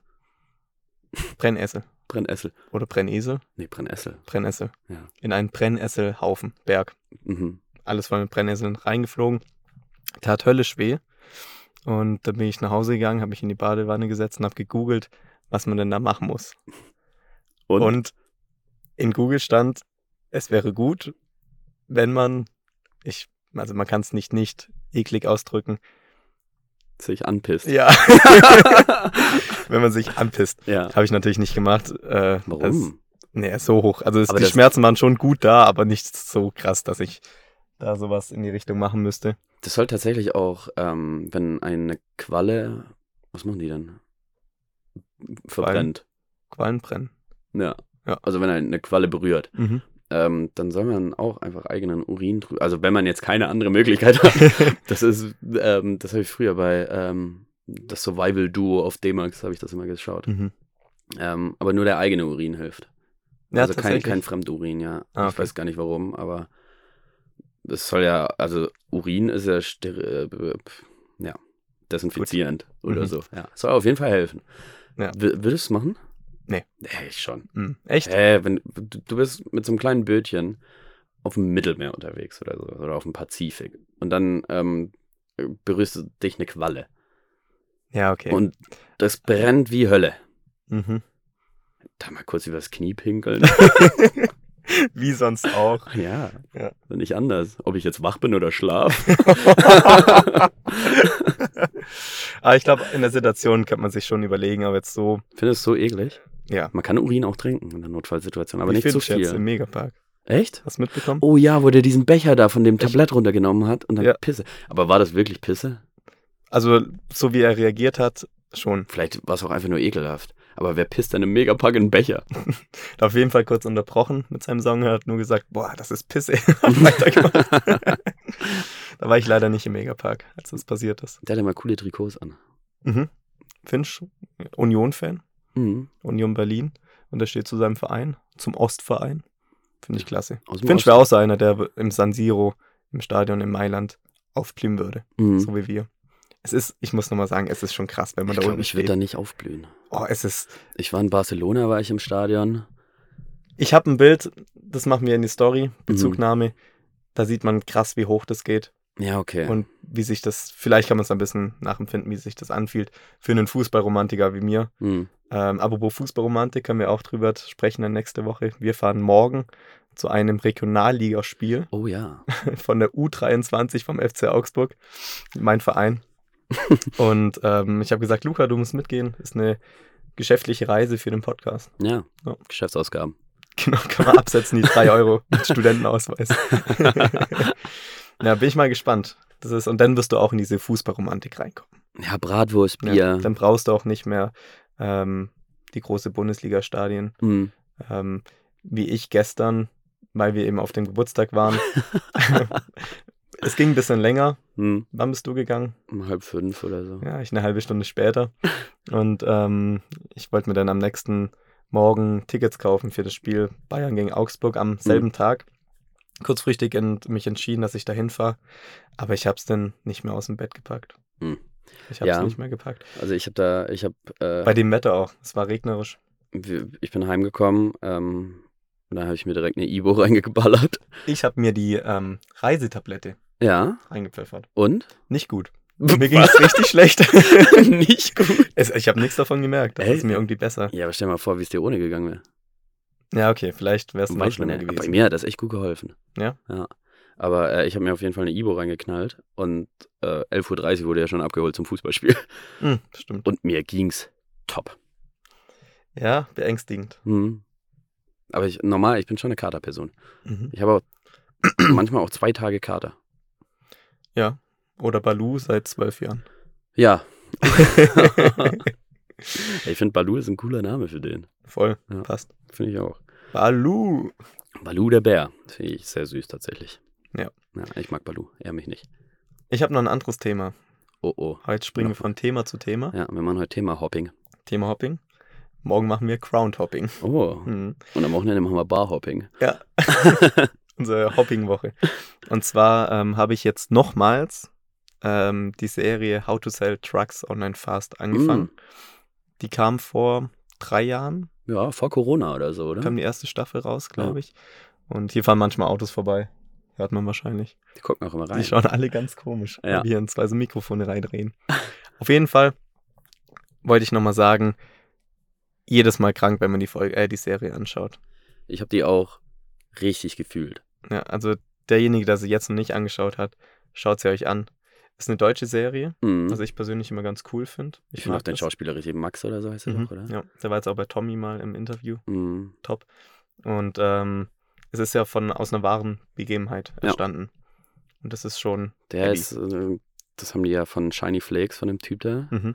Speaker 1: Brennesel.
Speaker 2: Brennessel.
Speaker 1: Oder Brennesel?
Speaker 2: Nee, Brennessel.
Speaker 1: Brennessel.
Speaker 2: Ja.
Speaker 1: In einen Brennesselhaufen, Berg.
Speaker 2: Mhm.
Speaker 1: Alles voll mit Brennesseln reingeflogen. Tat höllisch weh. Und dann bin ich nach Hause gegangen, habe mich in die Badewanne gesetzt und habe gegoogelt, was man denn da machen muss.
Speaker 2: Und,
Speaker 1: Und? in Google stand, es wäre gut, wenn man, ich, also man kann es nicht nicht eklig ausdrücken.
Speaker 2: sich anpisst.
Speaker 1: Ja, [laughs] wenn man sich anpisst.
Speaker 2: [laughs] Ja.
Speaker 1: Habe ich natürlich nicht gemacht. Äh, Das,
Speaker 2: Warum?
Speaker 1: nee, so hoch. Also es,
Speaker 2: Aber
Speaker 1: die
Speaker 2: das-
Speaker 1: Schmerzen waren schon gut da, aber nicht so krass, dass ich da sowas in die Richtung machen müsste.
Speaker 2: Das soll tatsächlich auch, ähm, wenn eine Qualle, was machen die denn? Verbrennt.
Speaker 1: Quallen brennen.
Speaker 2: Ja.
Speaker 1: Ja.
Speaker 2: Also wenn eine Qualle berührt,
Speaker 1: [laughs] Mhm.
Speaker 2: ähm, dann soll man auch einfach eigenen Urin drüber. Also wenn man jetzt keine andere Möglichkeit
Speaker 1: [laughs]
Speaker 2: hat. das ist, ähm, das habe ich früher bei ähm, das Survival-Duo auf D-Max habe ich das immer geschaut.
Speaker 1: mhm.
Speaker 2: Ähm, aber nur der eigene Urin hilft.
Speaker 1: Ja,
Speaker 2: also kein,
Speaker 1: tatsächlich.
Speaker 2: kein Fremdurin, ja.
Speaker 1: Ah,
Speaker 2: Ich
Speaker 1: okay.
Speaker 2: weiß gar nicht warum, aber es soll ja, also Urin ist ja, stere- äh, b- b- ja desinfizierend oder
Speaker 1: Mhm.
Speaker 2: so. Ja. Soll auf jeden Fall helfen.
Speaker 1: Ja.
Speaker 2: W würdest du es machen?
Speaker 1: Nee.
Speaker 2: Nee, ich schon.
Speaker 1: Mhm. Echt?
Speaker 2: Hä, wenn, du du bist mit so einem kleinen Bötchen auf dem Mittelmeer unterwegs oder so, oder auf dem Pazifik. Und dann ähm, berührst du dich eine Qualle.
Speaker 1: Ja, okay.
Speaker 2: Und das brennt wie Hölle.
Speaker 1: mhm.
Speaker 2: Da mal kurz übers Knie pinkeln.
Speaker 1: [laughs] Wie sonst [laughs] auch.
Speaker 2: Ja,
Speaker 1: Ja.
Speaker 2: nicht anders. Ob ich jetzt wach bin oder schlaf.
Speaker 1: aber Ah, ich glaube, in der Situation kann man sich schon überlegen, aber jetzt so,
Speaker 2: [laughs] Findest es so eklig?
Speaker 1: ja.
Speaker 2: Man kann Urin auch trinken in der Notfallsituation, aber
Speaker 1: Wie
Speaker 2: nicht zu
Speaker 1: Finch jetzt im
Speaker 2: viel.
Speaker 1: Megapark.
Speaker 2: Echt?
Speaker 1: Hast du mitbekommen?
Speaker 2: Oh ja, wo der diesen Becher da von dem Tablett runtergenommen hat und dann
Speaker 1: Ja.
Speaker 2: Pisse. Aber war das wirklich Pisse?
Speaker 1: Also, so wie er reagiert hat, schon.
Speaker 2: Vielleicht war es auch einfach nur ekelhaft. Aber wer pisst denn im Megapack in
Speaker 1: [laughs]
Speaker 2: einen Becher?
Speaker 1: Hat auf jeden Fall kurz unterbrochen mit seinem Song, hat nur gesagt, boah, das ist Pisse. [laughs] Hat
Speaker 2: [laughs]
Speaker 1: weitergemacht. da war ich leider nicht im Megapark, als das passiert ist.
Speaker 2: Der hatte mal coole Trikots an.
Speaker 1: Mhm. Finch, Union-Fan,
Speaker 2: Mhm.
Speaker 1: Union Berlin. Und der steht zu seinem Verein, zum Ostverein. Finde ich klasse.
Speaker 2: Aus dem
Speaker 1: Finch wäre auch so einer, der im San Siro, im Stadion in Mailand, aufblühen würde.
Speaker 2: Mhm.
Speaker 1: So wie wir. Es ist, ich muss nochmal sagen, es ist schon krass, wenn man
Speaker 2: ich
Speaker 1: da
Speaker 2: glaube,
Speaker 1: unten
Speaker 2: ich würde
Speaker 1: steht.
Speaker 2: da nicht aufblühen.
Speaker 1: oh, es ist,
Speaker 2: Ich war in Barcelona, war ich im Stadion.
Speaker 1: Ich habe ein Bild, das machen wir in die Story,
Speaker 2: Mhm.
Speaker 1: Bezugnahme. Da sieht man krass, wie hoch das geht
Speaker 2: Ja, okay.
Speaker 1: und wie sich das, vielleicht kann man es ein bisschen nachempfinden, wie sich das anfühlt für einen Fußballromantiker wie mir.
Speaker 2: Mhm.
Speaker 1: Ähm, apropos Fußballromantik, können wir auch drüber sprechen dann nächste Woche. Wir fahren morgen zu einem Regionalligaspiel [laughs]
Speaker 2: Oh ja.
Speaker 1: von der U23 vom FC Augsburg, mein Verein. und ähm, ich habe gesagt, Luca, du musst mitgehen. Ist eine geschäftliche Reise für den Podcast. [laughs]
Speaker 2: Ja.
Speaker 1: Ja.
Speaker 2: Geschäftsausgaben.
Speaker 1: Genau, kann man absetzen, die 3 Euro mit Studentenausweis. [laughs] ja, bin ich mal gespannt. Das ist, und dann wirst du auch in diese Fußballromantik reinkommen.
Speaker 2: Ja, Bratwurst,
Speaker 1: Ja,
Speaker 2: Bier.
Speaker 1: Dann brauchst du auch nicht mehr ähm, die große Bundesliga-Stadien.
Speaker 2: Mhm.
Speaker 1: Ähm, wie ich gestern, weil wir eben auf dem Geburtstag
Speaker 2: [laughs]
Speaker 1: waren. [laughs] es ging ein bisschen länger.
Speaker 2: Mhm.
Speaker 1: Wann bist du gegangen?
Speaker 2: Um halb fünf oder so.
Speaker 1: Ja, ich eine halbe Stunde später. Und ähm, ich wollte mir dann am nächsten Morgen Tickets kaufen für das Spiel Bayern gegen Augsburg
Speaker 2: Mhm.
Speaker 1: am selben Tag. Kurzfristig ent mich entschieden, dass ich da hinfahre. Aber ich habe es dann nicht mehr aus dem Bett gepackt.
Speaker 2: Hm.
Speaker 1: Ich habe es
Speaker 2: Ja.
Speaker 1: nicht mehr gepackt.
Speaker 2: Also ich habe da, ich habe,
Speaker 1: Bei
Speaker 2: äh,
Speaker 1: dem Wetter auch. Es war regnerisch.
Speaker 2: wir- ich bin heimgekommen ähm, und dann habe ich mir direkt eine Ibo [laughs] reingeballert.
Speaker 1: Ich habe mir die ähm, Reisetablette
Speaker 2: Ja,
Speaker 1: reingepfeffert. [laughs]
Speaker 2: und?
Speaker 1: Nicht
Speaker 2: [laughs]
Speaker 1: gut. Mir ging es richtig schlecht.
Speaker 2: nicht gut.
Speaker 1: es, ich habe nichts davon gemerkt. Das
Speaker 2: Ey.
Speaker 1: ist mir irgendwie besser.
Speaker 2: Ja, aber stell mal vor, wie es dir ohne gegangen wäre.
Speaker 1: Ja, okay, vielleicht wäre es noch
Speaker 2: Weiß man
Speaker 1: schlimmer
Speaker 2: ja. Bei
Speaker 1: gewesen.
Speaker 2: mir hat das echt gut geholfen.
Speaker 1: Ja?
Speaker 2: Ja. Aber äh, ich habe mir auf jeden Fall eine Ibo reingeknallt und äh, 11.30 Uhr wurde ja schon abgeholt zum Fußballspiel. [laughs]
Speaker 1: Hm, stimmt.
Speaker 2: Und mir ging's top.
Speaker 1: Ja, beängstigend.
Speaker 2: Mhm. Aber ich, normal, ich bin schon eine Katerperson.
Speaker 1: Mhm.
Speaker 2: Ich habe auch [clears throat] manchmal auch zwei Tage Kater.
Speaker 1: Oder Balu seit zwölf
Speaker 2: [laughs]
Speaker 1: Jahren.
Speaker 2: Ja. ich finde Balu ist ein cooler Name für den.
Speaker 1: Voll,
Speaker 2: Ja.
Speaker 1: passt.
Speaker 2: Finde ich auch.
Speaker 1: Balu.
Speaker 2: Balu der Bär. Finde ich sehr süß tatsächlich.
Speaker 1: Ja.
Speaker 2: ja. Ich mag Balu, er mich nicht.
Speaker 1: Ich habe noch ein anderes Thema.
Speaker 2: Oh oh.
Speaker 1: Heute springen wir von Thema zu Thema.
Speaker 2: Ja, wir machen heute Thema Hopping.
Speaker 1: Thema Hopping. Morgen machen wir Crownhopping.
Speaker 2: Oh.
Speaker 1: Mhm.
Speaker 2: Und am Wochenende machen wir Barhopping.
Speaker 1: Ja. [laughs] Unsere Hopping-Woche. Und zwar ähm, habe ich jetzt nochmals ähm, die Serie How to Sell Trucks Online Fast angefangen.
Speaker 2: Mm.
Speaker 1: Die kam vor drei Jahren
Speaker 2: Hm. Ja, vor Corona oder so, oder?
Speaker 1: kam die erste Staffel raus, glaube ich. Und hier fahren manchmal Autos vorbei. Hört man wahrscheinlich.
Speaker 2: Die gucken auch immer rein.
Speaker 1: Die schauen alle ganz komisch,
Speaker 2: Ja.
Speaker 1: weil wir hier in zwei so Mikrofone reindrehen. Auf jeden Fall wollte ich nochmal sagen, jedes Mal krank, wenn man die Folge, äh, die Serie anschaut.
Speaker 2: Ich habe die auch richtig gefühlt.
Speaker 1: Ja, also derjenige, der sie jetzt noch nicht angeschaut hat, schaut sie euch an. Ist eine deutsche Serie,
Speaker 2: Mhm.
Speaker 1: was ich persönlich immer ganz cool finde.
Speaker 2: ich finde auch
Speaker 1: Also,
Speaker 2: den
Speaker 1: das.
Speaker 2: Schauspieler richtig. Max oder so heißt er
Speaker 1: Mhm.
Speaker 2: doch, oder?
Speaker 1: Ja, der war jetzt auch bei Tommy mal im Interview.
Speaker 2: Mhm.
Speaker 1: Und ähm, es ist ja von aus einer wahren Begebenheit
Speaker 2: Ja.
Speaker 1: entstanden. Und das ist schon.
Speaker 2: Der
Speaker 1: Eddie.
Speaker 2: ist, äh, das haben die ja von Shiny Flakes, von dem Typ da.
Speaker 1: Mhm.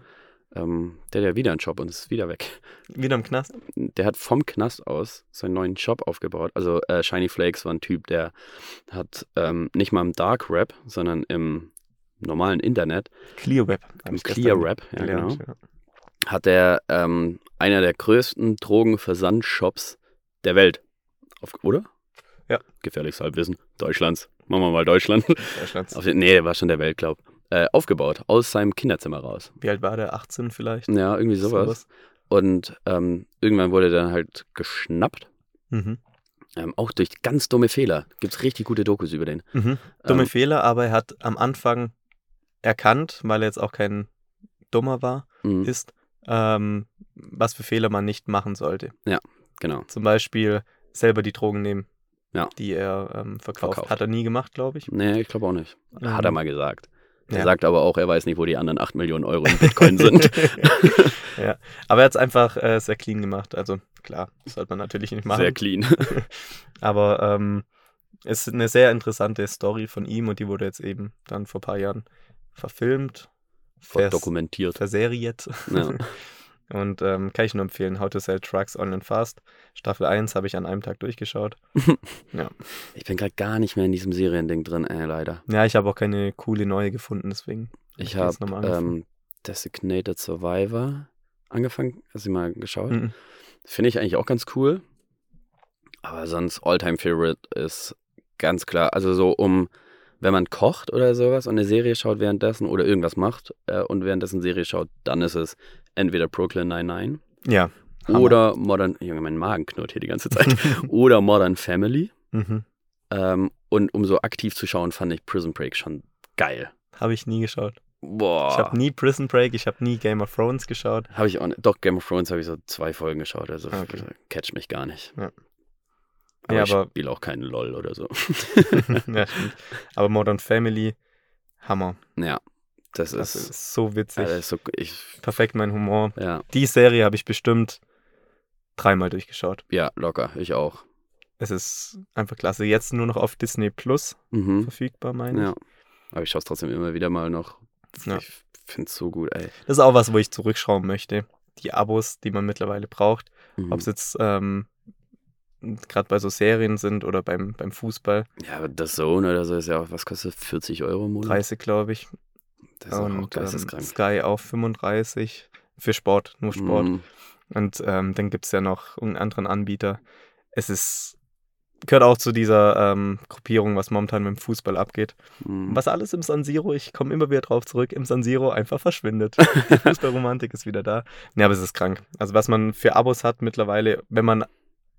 Speaker 2: Ähm, der hat ja wieder einen Job und ist wieder weg.
Speaker 1: Wieder im Knast.
Speaker 2: Der hat vom Knast aus seinen neuen Job aufgebaut. Also äh, Shiny Flakes war ein Typ, der hat ähm, nicht mal im Dark Rap, sondern im normalen Internet,
Speaker 1: Clear Web. hab
Speaker 2: im
Speaker 1: ich gestern
Speaker 2: Clear Rap, ja,
Speaker 1: gelernt,
Speaker 2: genau,
Speaker 1: ja.
Speaker 2: hat er ähm, einer der größten Drogenversandshops der Welt. Auf, oder?
Speaker 1: Ja.
Speaker 2: Gefährliches Halbwissen. Deutschlands. Machen wir mal Deutschland.
Speaker 1: Deutschlands.
Speaker 2: Auf den, nee, der war schon der Welt, glaub. Äh, aufgebaut, aus seinem Kinderzimmer raus.
Speaker 1: Wie alt war der? 18 vielleicht?
Speaker 2: Ja, irgendwie sowas. Und ähm, irgendwann wurde er dann halt geschnappt.
Speaker 1: Mhm.
Speaker 2: Ähm, auch durch ganz dumme Fehler. Gibt's richtig gute Dokus über den.
Speaker 1: Mhm. Dumme
Speaker 2: Ähm,
Speaker 1: Fehler, aber er hat am Anfang erkannt, weil er jetzt auch kein Dummer war,
Speaker 2: mh,
Speaker 1: ist, ähm, was für Fehler man nicht machen sollte.
Speaker 2: genau.
Speaker 1: Zum Beispiel selber die Drogen nehmen,
Speaker 2: Ja.
Speaker 1: die er ähm, verkauft.
Speaker 2: Verkauft.
Speaker 1: Hat er nie gemacht, glaube ich.
Speaker 2: Nee, ich glaube auch nicht. Hat er
Speaker 1: Ähm,
Speaker 2: mal gesagt. Er
Speaker 1: ja.
Speaker 2: sagt aber auch, er weiß nicht, wo die anderen 8 Millionen
Speaker 1: [laughs]
Speaker 2: Euro in Bitcoin sind.
Speaker 1: ja, aber er hat es einfach äh, sehr clean gemacht. Also klar, das sollte man natürlich nicht machen.
Speaker 2: Sehr clean.
Speaker 1: aber ähm, es ist eine sehr interessante Story von ihm und die wurde jetzt eben dann vor ein paar Jahren verfilmt, vers
Speaker 2: Dokumentiert.
Speaker 1: verseriert.
Speaker 2: Ja.
Speaker 1: Und ähm, kann ich nur empfehlen, How to Sell Trucks Online Fast. Staffel 1 habe ich an einem Tag durchgeschaut.
Speaker 2: Ich bin gerade gar nicht mehr in diesem Seriending drin, ey, leider.
Speaker 1: Ja, ich habe auch keine coole neue gefunden, deswegen. hab
Speaker 2: Ich
Speaker 1: die
Speaker 2: habe
Speaker 1: jetzt nochmal angefangen.
Speaker 2: ähm, Designated Survivor angefangen, hast du die mal geschaut?
Speaker 1: Mhm.
Speaker 2: Finde ich eigentlich auch ganz cool. Aber sonst Alltime Favorite ist ganz klar. Also so um, wenn man kocht oder sowas und eine Serie schaut währenddessen oder irgendwas macht äh, und währenddessen Serie schaut, dann ist es entweder Brooklyn 99
Speaker 1: Ja. Hammer.
Speaker 2: oder Modern, Junge, mein Magen knurrt hier die
Speaker 1: [laughs]
Speaker 2: ganze Zeit, oder Modern Family.
Speaker 1: Mhm.
Speaker 2: Ähm, und um so aktiv zu schauen, fand ich Prison Break schon geil.
Speaker 1: Habe ich nie geschaut.
Speaker 2: Boah.
Speaker 1: Ich habe nie Prison Break, ich habe nie Game of Thrones geschaut.
Speaker 2: [laughs] Habe ich auch nicht. Doch, Game of Thrones habe ich so zwei Folgen geschaut, also
Speaker 1: Ah, okay.
Speaker 2: catch mich gar nicht.
Speaker 1: Ja.
Speaker 2: Aber
Speaker 1: Ja,
Speaker 2: ich
Speaker 1: aber-
Speaker 2: spiele auch keinen LOL oder so. [laughs]
Speaker 1: ja, stimmt. Aber Modern Family, Hammer.
Speaker 2: ja, das
Speaker 1: Das
Speaker 2: ist,
Speaker 1: ist so
Speaker 2: ja,
Speaker 1: witzig.
Speaker 2: das ist so, ich,
Speaker 1: Perfekt mein Humor.
Speaker 2: ja,
Speaker 1: Die Serie habe ich bestimmt dreimal durchgeschaut.
Speaker 2: ja, locker, ich auch.
Speaker 1: Es ist einfach klasse. Jetzt nur noch auf Disney Plus
Speaker 2: Mhm.
Speaker 1: verfügbar, meine
Speaker 2: Ja, aber ich schaue es trotzdem immer wieder mal noch.
Speaker 1: Ja.
Speaker 2: Ich finde es so gut, ey.
Speaker 1: ich. Das ist auch was, wo ich zurückschrauben möchte. Die Abos, die man mittlerweile braucht.
Speaker 2: Mhm.
Speaker 1: Ob es jetzt ähm, gerade bei so Serien sind oder beim, beim Fußball.
Speaker 2: Ja, aber das Zone oder so ist ja auch, was kostet 40 Euro im Monat?
Speaker 1: 30, glaube ich.
Speaker 2: Das Hm. ist auch
Speaker 1: Und ähm,
Speaker 2: geisteskrank.
Speaker 1: Sky auch 35. Für Sport, nur Sport.
Speaker 2: Mhm.
Speaker 1: Und ähm, dann gibt es ja noch einen anderen Anbieter. Es ist, gehört auch zu dieser ähm, Gruppierung, was momentan mit dem Fußball abgeht.
Speaker 2: Mhm.
Speaker 1: Was alles im San Siro, ich komme immer wieder drauf zurück, im San Siro einfach
Speaker 2: [laughs]
Speaker 1: verschwindet. Die Fußballromantik ist wieder da. Ja, aber es ist krank. Also was man für Abos hat mittlerweile, wenn man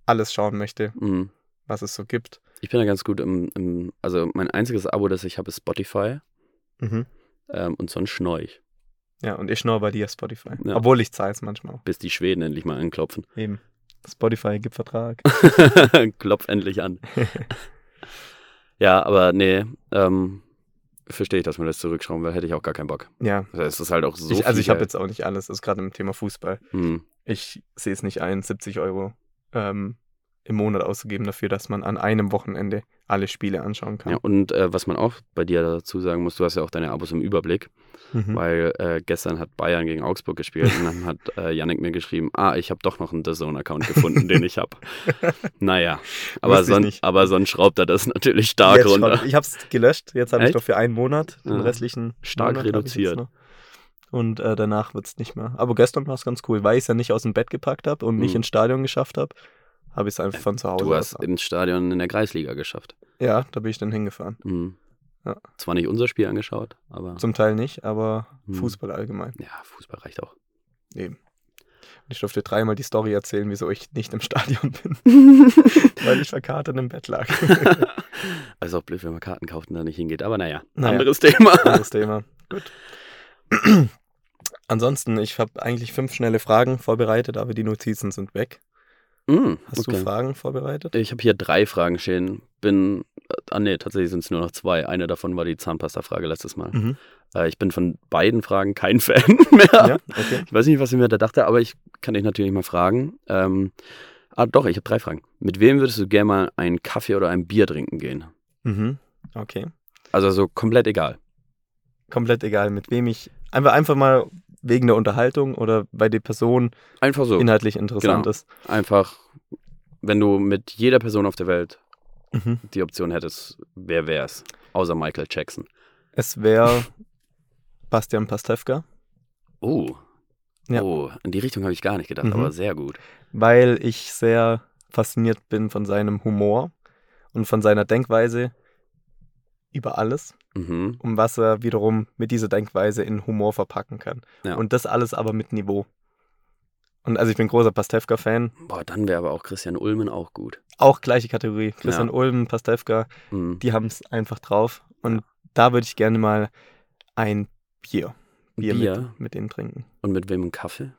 Speaker 1: alles schauen möchte,
Speaker 2: Mhm.
Speaker 1: was es so gibt.
Speaker 2: Ich bin da ganz gut im, im also mein einziges Abo, das ich habe, ist Spotify ähm, und sonst schnorch,
Speaker 1: Ja, und ich schnaue bei dir Spotify.
Speaker 2: Ja.
Speaker 1: Obwohl ich zahle es manchmal auch.
Speaker 2: bis die Schweden endlich
Speaker 1: [laughs]
Speaker 2: mal anklopfen.
Speaker 1: Eben. Spotify gibt Vertrag.
Speaker 2: Klopf endlich an. ja, aber nee, ähm, verstehe ich, dass man das zurückschrauben will, hätte ich auch gar keinen Bock.
Speaker 1: ja.
Speaker 2: Also es ist halt auch so
Speaker 1: ich, also ich
Speaker 2: viel
Speaker 1: habe jetzt auch nicht alles, das ist gerade im Thema Fußball.
Speaker 2: Geld. Hm,
Speaker 1: ich sehe es nicht ein, 70 Euro ähm, im Monat auszugeben dafür, dass man an einem Wochenende alle Spiele anschauen kann.
Speaker 2: Ja, und äh, was man auch bei dir dazu sagen muss, du hast ja auch deine Abos im Überblick,
Speaker 1: Mhm.
Speaker 2: weil äh, gestern hat Bayern gegen Augsburg gespielt und dann hat äh, Yannick mir geschrieben, ah, ich habe doch noch einen DAZN-Account gefunden, den ich habe.
Speaker 1: [laughs]
Speaker 2: Naja, aber,
Speaker 1: Wusste ich
Speaker 2: son
Speaker 1: nicht.
Speaker 2: aber sonst schraubt er das natürlich stark
Speaker 1: Jetzt
Speaker 2: runter.
Speaker 1: schon. Ich habe es gelöscht, jetzt habe ich
Speaker 2: Echt?
Speaker 1: doch für einen Monat, den
Speaker 2: Ah.
Speaker 1: restlichen
Speaker 2: Stark
Speaker 1: Monat hab ich jetzt
Speaker 2: reduziert.
Speaker 1: noch. Und äh, danach wird es nicht mehr. Aber gestern war es ganz cool, weil ich es ja nicht aus dem Bett gepackt habe und nicht
Speaker 2: Mhm.
Speaker 1: ins Stadion geschafft habe, habe ich es einfach von zu Hause
Speaker 2: Du hast
Speaker 1: aus.
Speaker 2: im Stadion in der Kreisliga geschafft.
Speaker 1: Ja, da bin ich dann hingefahren.
Speaker 2: Mhm.
Speaker 1: Ja.
Speaker 2: Zwar nicht unser Spiel angeschaut, aber
Speaker 1: Zum Teil nicht, aber
Speaker 2: Mhm.
Speaker 1: Fußball allgemein. [laughs]
Speaker 2: ja, Fußball reicht auch.
Speaker 1: Eben. Ich durfte dreimal die Story erzählen, wieso ich nicht im Stadion
Speaker 2: [laughs]
Speaker 1: bin, weil ich verkatert im Bett lag.
Speaker 2: Also auch blöd, wenn man Karten kauft und da nicht hingeht. Aber naja,
Speaker 1: Naja.
Speaker 2: anderes Thema. [laughs]
Speaker 1: Anderes Thema. Gut. [clears throat] Ansonsten, ich habe eigentlich fünf schnelle Fragen vorbereitet, aber die Notizen sind weg.
Speaker 2: Mm,
Speaker 1: Hast
Speaker 2: okay.
Speaker 1: du Fragen vorbereitet?
Speaker 2: Ich habe hier drei Fragen stehen. Bin, äh, ah nee, tatsächlich sind es nur noch zwei. Eine davon war die Zahnpasta-Frage letztes Mal. [laughs]
Speaker 1: Mhm.
Speaker 2: Äh, ich bin von beiden Fragen kein [laughs] Fan mehr.
Speaker 1: Ja, okay.
Speaker 2: Ich weiß nicht, was ich mir da dachte, aber ich kann dich natürlich mal fragen. Ähm, ah, doch, ich habe drei Fragen. Mit wem würdest du gerne mal einen Kaffee oder ein Bier trinken gehen?
Speaker 1: Mhm. Okay.
Speaker 2: Also so komplett egal.
Speaker 1: Komplett egal, mit wem ich. Einfach, einfach mal wegen der Unterhaltung oder weil die Person
Speaker 2: Einfach so.
Speaker 1: inhaltlich interessant
Speaker 2: genau.
Speaker 1: ist.
Speaker 2: Einfach, wenn du mit jeder Person auf der Welt
Speaker 1: Mhm.
Speaker 2: die Option hättest, wer wär's? Außer Michael Jackson.
Speaker 1: Es wäre Bastian Pastewka,
Speaker 2: Oh.
Speaker 1: Ja.
Speaker 2: Oh, in die Richtung habe ich gar nicht gedacht,
Speaker 1: Mhm.
Speaker 2: aber sehr gut.
Speaker 1: weil ich sehr fasziniert bin von seinem Humor und von seiner Denkweise über alles.
Speaker 2: Mhm.
Speaker 1: um was er wiederum mit dieser Denkweise in Humor verpacken kann.
Speaker 2: Ja.
Speaker 1: Und das alles aber mit Niveau. Und also ich bin großer Pastewka-Fan.
Speaker 2: Boah, dann wäre aber auch Christian Ulmen auch gut.
Speaker 1: Auch gleiche Kategorie. Christian Ulm, Pastewka,
Speaker 2: Mhm.
Speaker 1: die haben es einfach drauf. Und da würde ich gerne mal ein Bier, Bier,
Speaker 2: Bier
Speaker 1: Mit, mit denen trinken.
Speaker 2: und mit wem
Speaker 1: [laughs]
Speaker 2: einen Kaffee?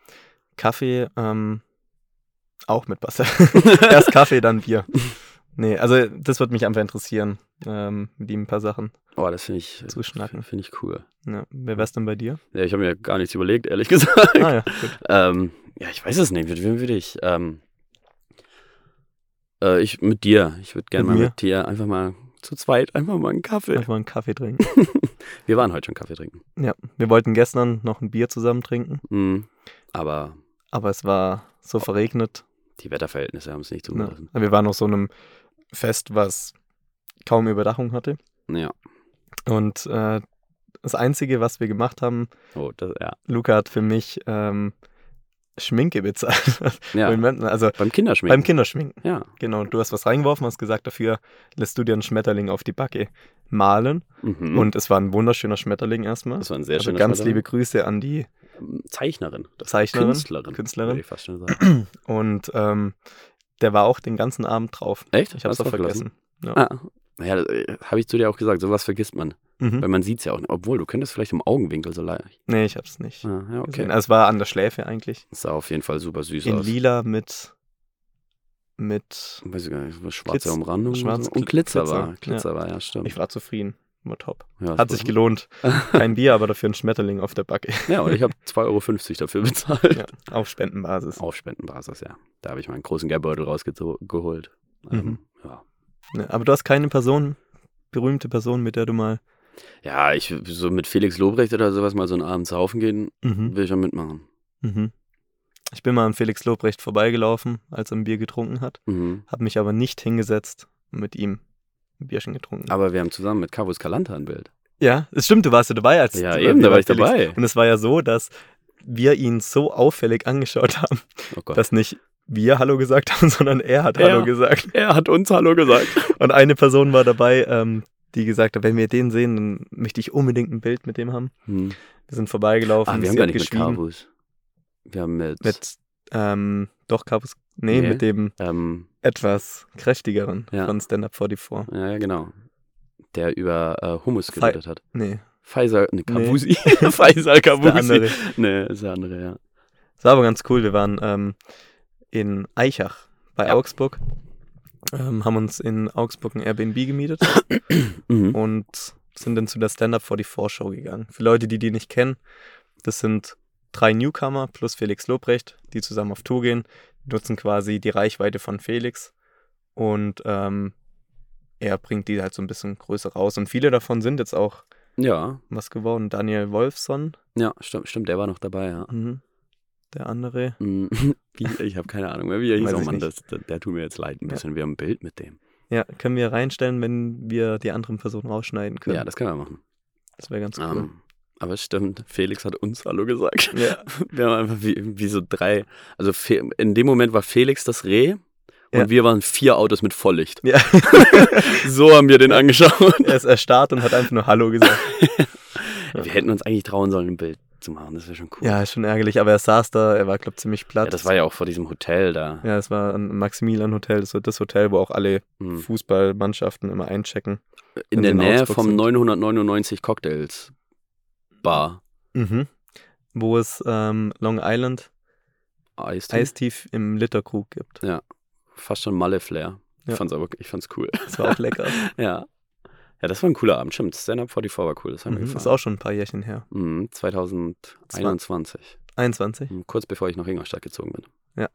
Speaker 1: Kaffee, ähm, auch mit [laughs]
Speaker 2: [laughs]
Speaker 1: Pastewka. Erst Kaffee, dann Bier. Nee, also das würde mich einfach interessieren, ähm, mit ihm ein paar Sachen
Speaker 2: Boah, das finde ich,
Speaker 1: zu schnacken.
Speaker 2: finde ich cool.
Speaker 1: Ja. Wer wär's denn bei dir?
Speaker 2: Ja, ich habe mir gar nichts überlegt, ehrlich [laughs] gesagt.
Speaker 1: Ah ja,
Speaker 2: [laughs]
Speaker 1: gut.
Speaker 2: Ähm, ja, ich weiß es nicht. Mit wem würde ich? Ähm, äh, ich mit dir. Ich würde gerne
Speaker 1: Mit
Speaker 2: mal
Speaker 1: mir?
Speaker 2: mit dir einfach mal zu zweit einfach mal einen Kaffee.
Speaker 1: Einfach mal einen Kaffee trinken.
Speaker 2: Wir waren heute schon Kaffee trinken.
Speaker 1: Ja, wir wollten gestern noch ein Bier zusammen trinken,
Speaker 2: Mhm. Aber
Speaker 1: aber es war so verregnet.
Speaker 2: die Wetterverhältnisse haben es
Speaker 1: Ne?
Speaker 2: nicht zugelassen.
Speaker 1: Wir waren auf so einem Fest, was kaum Überdachung hatte.
Speaker 2: Ja.
Speaker 1: Und äh, das Einzige, was wir gemacht haben,
Speaker 2: Oh, das, ja.
Speaker 1: Luca hat für mich ähm, Schminke bezahlt.
Speaker 2: ja.
Speaker 1: Also
Speaker 2: Beim Kinderschminken.
Speaker 1: beim Kinderschminken.
Speaker 2: ja.
Speaker 1: Genau, du hast was reingeworfen, hast gesagt, dafür lässt du dir einen Schmetterling auf die Backe malen.
Speaker 2: Mhm.
Speaker 1: Und es war ein wunderschöner Schmetterling erstmal.
Speaker 2: das war ein sehr
Speaker 1: Also
Speaker 2: schönes
Speaker 1: ganz
Speaker 2: Modell.
Speaker 1: liebe Grüße an die
Speaker 2: Zeichnerin. Das
Speaker 1: Zeichnerin,
Speaker 2: Künstlerin.
Speaker 1: Künstlerin.
Speaker 2: Würde ich fast schon sagen.
Speaker 1: und ähm, der war auch den ganzen Abend drauf.
Speaker 2: Echt?
Speaker 1: Ich habe es
Speaker 2: Hast du
Speaker 1: auch
Speaker 2: draufgelassen?
Speaker 1: vergessen. Ja.
Speaker 2: Ah. Ja, habe ich zu dir auch gesagt, sowas vergisst man.
Speaker 1: Mhm.
Speaker 2: Weil man sieht es ja auch nicht. Obwohl, du könntest vielleicht im Augenwinkel so leicht.
Speaker 1: Nee, ich hab's nicht.
Speaker 2: Ah, ja, okay.
Speaker 1: gesehen. Also, es war an der Schläfe eigentlich.
Speaker 2: Das sah auf jeden Fall super süß
Speaker 1: in
Speaker 2: aus.
Speaker 1: lila mit, mit.
Speaker 2: Weiß ich gar nicht, was schwarze
Speaker 1: Glitz-
Speaker 2: Umrandung. oder
Speaker 1: schwarz-
Speaker 2: so. Und Glitzer,
Speaker 1: Glitzer,
Speaker 2: war. Glitzer war, ja, stimmt.
Speaker 1: Ich war zufrieden. War top.
Speaker 2: ja,
Speaker 1: Hat sich
Speaker 2: [laughs]
Speaker 1: gelohnt. Kein Bier, aber dafür ein Schmetterling auf der Backe. [laughs]
Speaker 2: Ja, und ich habe 2,50 Euro dafür bezahlt.
Speaker 1: Ja, auf Spendenbasis.
Speaker 2: Auf Spendenbasis, ja. Da habe ich meinen großen Geldbeutel rausgeholt. Ähm,
Speaker 1: Mhm.
Speaker 2: ja.
Speaker 1: Ne, Aber du hast keine Person, berühmte Person, mit der du mal.
Speaker 2: ja, ich so mit Felix Lobrecht oder sowas mal so einen Abend saufen gehen,
Speaker 1: Mhm.
Speaker 2: will ich schon mitmachen.
Speaker 1: Mhm. Ich bin mal an Felix Lobrecht vorbeigelaufen, als er ein Bier getrunken hat.
Speaker 2: Mhm.
Speaker 1: Hab mich aber nicht hingesetzt und mit ihm ein Bierchen getrunken.
Speaker 2: Aber wir haben zusammen mit Carvus Kalanta ein Bild.
Speaker 1: Ja, es stimmt, du warst ja dabei, als
Speaker 2: Ja,
Speaker 1: du-
Speaker 2: eben, da war ich
Speaker 1: Felix-
Speaker 2: dabei.
Speaker 1: Und es war ja so, dass wir ihn so auffällig angeschaut haben,
Speaker 2: [laughs] Oh Gott.
Speaker 1: dass nicht wir Hallo gesagt haben, [laughs] sondern er hat
Speaker 2: Er.
Speaker 1: Hallo gesagt.
Speaker 2: er hat uns Hallo gesagt.
Speaker 1: Und eine Person war dabei, ähm, die gesagt hat, wenn wir den sehen, dann möchte ich unbedingt ein Bild mit dem haben. [laughs]
Speaker 2: Hm.
Speaker 1: Wir sind vorbeigelaufen,
Speaker 2: Ah,
Speaker 1: sie
Speaker 2: wir haben
Speaker 1: hat
Speaker 2: gar nicht mit
Speaker 1: geschwiegen.
Speaker 2: Carvus. Wir haben mit,
Speaker 1: Mit, ähm, doch, Carvus, nee,
Speaker 2: Nee.
Speaker 1: mit dem
Speaker 2: ähm,
Speaker 1: etwas kräftigeren
Speaker 2: Ja.
Speaker 1: von Stand Up 44.
Speaker 2: ja, ja, genau. Der über äh, Hummus
Speaker 1: Fei-
Speaker 2: geredet hat.
Speaker 1: Nee,
Speaker 2: Faisal, ne,
Speaker 1: Nee. [laughs]
Speaker 2: Kabusi. [laughs] Faisal
Speaker 1: der
Speaker 2: Kabusi.
Speaker 1: andere.
Speaker 2: Ne, ist der andere, ja.
Speaker 1: Es war aber ganz cool. Wir waren ähm, in Eichach bei
Speaker 2: Ja.
Speaker 1: Augsburg, ähm, haben uns in Augsburg ein Airbnb gemietet Oh.
Speaker 2: Mhm.
Speaker 1: und sind dann zu der Stand-Up vor die Vorschau gegangen. Für Leute, die die nicht kennen, das sind drei Newcomer plus Felix Lobrecht, die zusammen auf Tour gehen, nutzen quasi die Reichweite von Felix und ähm, er bringt die halt so ein bisschen größer raus. Und viele davon sind jetzt auch
Speaker 2: Ja,
Speaker 1: was geworden. Daniel Wolfson,
Speaker 2: ja, stimmt, stimmt, der war noch dabei, ja.
Speaker 1: mhm. der andere.
Speaker 2: Mhm. [laughs] Wie, ich habe keine Ahnung mehr, wie er hieß.
Speaker 1: Weiß
Speaker 2: Oh
Speaker 1: ich
Speaker 2: Mann,
Speaker 1: nicht.
Speaker 2: das, der, der tut mir jetzt leid ein
Speaker 1: Ja.
Speaker 2: bisschen. Wir haben ein Bild mit dem.
Speaker 1: Ja, können wir reinstellen, wenn wir die anderen Personen rausschneiden können.
Speaker 2: Ja, das können wir machen.
Speaker 1: Das wäre ganz cool.
Speaker 2: Ähm, aber es stimmt, Felix hat uns Hallo gesagt. [laughs]
Speaker 1: Ja.
Speaker 2: Wir haben einfach wie, wie so drei. Also Fe- in dem Moment war Felix das Reh und
Speaker 1: Ja.
Speaker 2: wir waren vier Autos mit Volllicht.
Speaker 1: ja. [laughs]
Speaker 2: So haben wir den angeschaut.
Speaker 1: Er ist erstarrt und hat einfach nur Hallo gesagt.
Speaker 2: Wir hätten uns eigentlich trauen sollen, ein Bild zu machen. Das wäre schon cool.
Speaker 1: Ja, ist schon ärgerlich, aber er saß da, er war, glaube ich, ziemlich platt.
Speaker 2: Ja, das war ja auch vor diesem Hotel da.
Speaker 1: Ja, es war ein Maximilian-Hotel, das, war das Hotel, wo auch alle
Speaker 2: Hm.
Speaker 1: Fußballmannschaften immer einchecken. wenn
Speaker 2: In der
Speaker 1: wir in
Speaker 2: Nähe
Speaker 1: Augsburg
Speaker 2: vom
Speaker 1: sind.
Speaker 2: 999 Cocktails Bar.
Speaker 1: Mhm. Wo es ähm, Long Island
Speaker 2: Eis.
Speaker 1: Ice Tea im Literkrug gibt.
Speaker 2: Fast schon Malle-Flair.
Speaker 1: Ja.
Speaker 2: Ich fand's aber, ich fand's cool.
Speaker 1: Das [laughs] war auch lecker.
Speaker 2: ja. Ja, das war ein cooler Abend. Stimmt, Stand-Up 44 war cool. Das haben
Speaker 1: mhm.
Speaker 2: wir
Speaker 1: Ist
Speaker 2: gefallen.
Speaker 1: auch schon ein paar Jährchen her.
Speaker 2: Mhm, 2021.
Speaker 1: 21?
Speaker 2: Mhm, Kurz bevor ich nach Ingolstadt gezogen bin.
Speaker 1: Ja.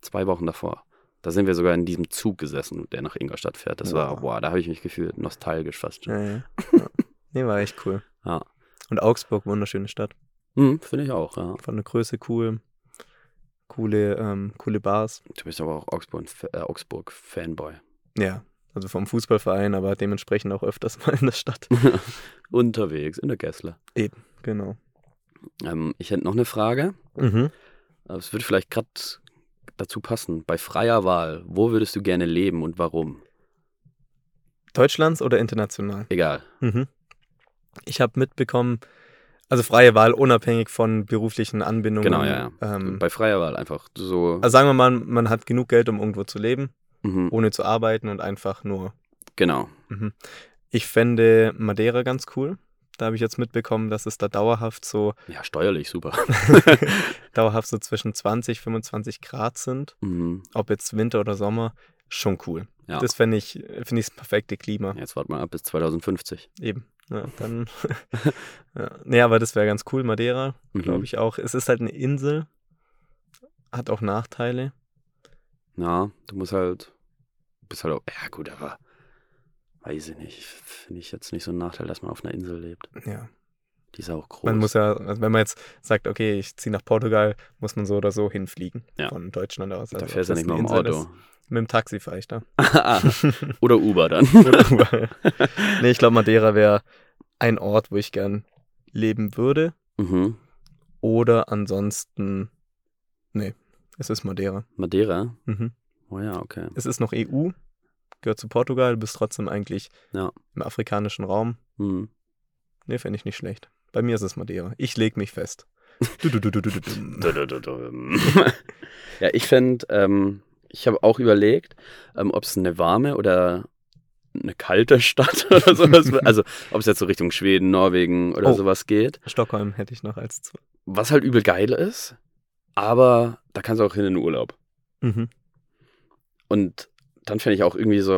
Speaker 2: Zwei Wochen davor. Da sind wir sogar in diesem Zug gesessen, der nach Ingolstadt fährt. Das war,
Speaker 1: Wow.
Speaker 2: boah, da habe ich mich gefühlt nostalgisch fast. schon.
Speaker 1: Ja, ja. ja. Nee, war echt cool.
Speaker 2: Ja.
Speaker 1: Und Augsburg, wunderschöne Stadt.
Speaker 2: Mhm, Finde ich auch, ja.
Speaker 1: Von der Größe cool. Coole, ähm, coole Bars.
Speaker 2: Du bist aber auch Augsburg-Fanboy. Äh, Augsburg Fanboy.
Speaker 1: Ja, also vom Fußballverein, aber dementsprechend auch öfters [laughs] mal in der Stadt.
Speaker 2: Unterwegs in der Gessler.
Speaker 1: Genau.
Speaker 2: Ähm, ich hätte noch eine Frage.
Speaker 1: Mhm.
Speaker 2: Aber Es würde vielleicht gerade dazu passen. Bei freier Wahl, wo würdest du gerne leben und warum?
Speaker 1: Deutschlands oder international?
Speaker 2: Egal.
Speaker 1: Mhm. Ich habe mitbekommen, also freie Wahl unabhängig von beruflichen Anbindungen.
Speaker 2: Genau, ja,
Speaker 1: Ähm,
Speaker 2: Bei freier Wahl einfach so.
Speaker 1: also sagen wir mal, man hat genug Geld, um irgendwo zu leben,
Speaker 2: mhm,
Speaker 1: ohne zu arbeiten und einfach nur.
Speaker 2: genau.
Speaker 1: Mhm. Ich fände Madeira ganz cool. Da habe ich jetzt mitbekommen, dass es da dauerhaft so,
Speaker 2: Ja, steuerlich super. [laughs]
Speaker 1: dauerhaft so zwischen 20, 25 Grad sind.
Speaker 2: mhm,
Speaker 1: Ob jetzt Winter oder Sommer, schon cool.
Speaker 2: ja.
Speaker 1: Das fände ich, finde ich das perfekte Klima.
Speaker 2: Jetzt wart mal ab bis 2050.
Speaker 1: Eben. Ja,
Speaker 2: [laughs]
Speaker 1: dann. [laughs] ja. Nee, aber das wäre ganz cool, Madeira,
Speaker 2: Mhm.
Speaker 1: glaube ich auch. Es ist halt eine Insel, hat auch Nachteile.
Speaker 2: Ja, du musst halt. Du bist halt auch. Ja, gut, aber. Weiß ich nicht. Finde ich jetzt nicht so einen Nachteil, dass man auf einer Insel lebt.
Speaker 1: Ja.
Speaker 2: Die ist auch groß.
Speaker 1: Man muss ja, also wenn man jetzt sagt, okay, ich ziehe nach Portugal, muss man so oder so hinfliegen.
Speaker 2: Ja.
Speaker 1: Von Deutschland aus. Also
Speaker 2: da
Speaker 1: ob
Speaker 2: fährst du
Speaker 1: das
Speaker 2: nicht
Speaker 1: eine
Speaker 2: mal im
Speaker 1: Insel
Speaker 2: Auto. Ah.
Speaker 1: ist. Mit dem Taxi fahre ich da.
Speaker 2: [laughs] Oder Uber dann.
Speaker 1: Oder Uber. [laughs] nee, ich glaube, Madeira wäre ein Ort, wo ich gern leben würde.
Speaker 2: mhm.
Speaker 1: Oder ansonsten, nee, es ist Madeira.
Speaker 2: Madeira.
Speaker 1: Mhm.
Speaker 2: Oh ja, okay.
Speaker 1: es ist noch EU, gehört zu Portugal, bist trotzdem eigentlich
Speaker 2: Ja.
Speaker 1: im afrikanischen Raum.
Speaker 2: Mhm.
Speaker 1: Ne, fände ich nicht schlecht. Bei mir ist es Madeira. Ich leg mich
Speaker 2: [laughs]
Speaker 1: fest. Du, du, du, du, du, du, du.
Speaker 2: Dudududum. [laughs] ja, ich fände, ähm, ich habe auch überlegt, ähm, ob es eine warme oder eine kalte Stadt [laughs] oder sowas, wär. also ob es jetzt so Richtung Schweden, Norwegen oder
Speaker 1: Oh.
Speaker 2: sowas geht,
Speaker 1: Stockholm hätte ich noch als zwei.
Speaker 2: was halt übel geil ist, aber da kannst du auch hin in den Urlaub.
Speaker 1: Mhm.
Speaker 2: Und dann fände ich auch irgendwie so,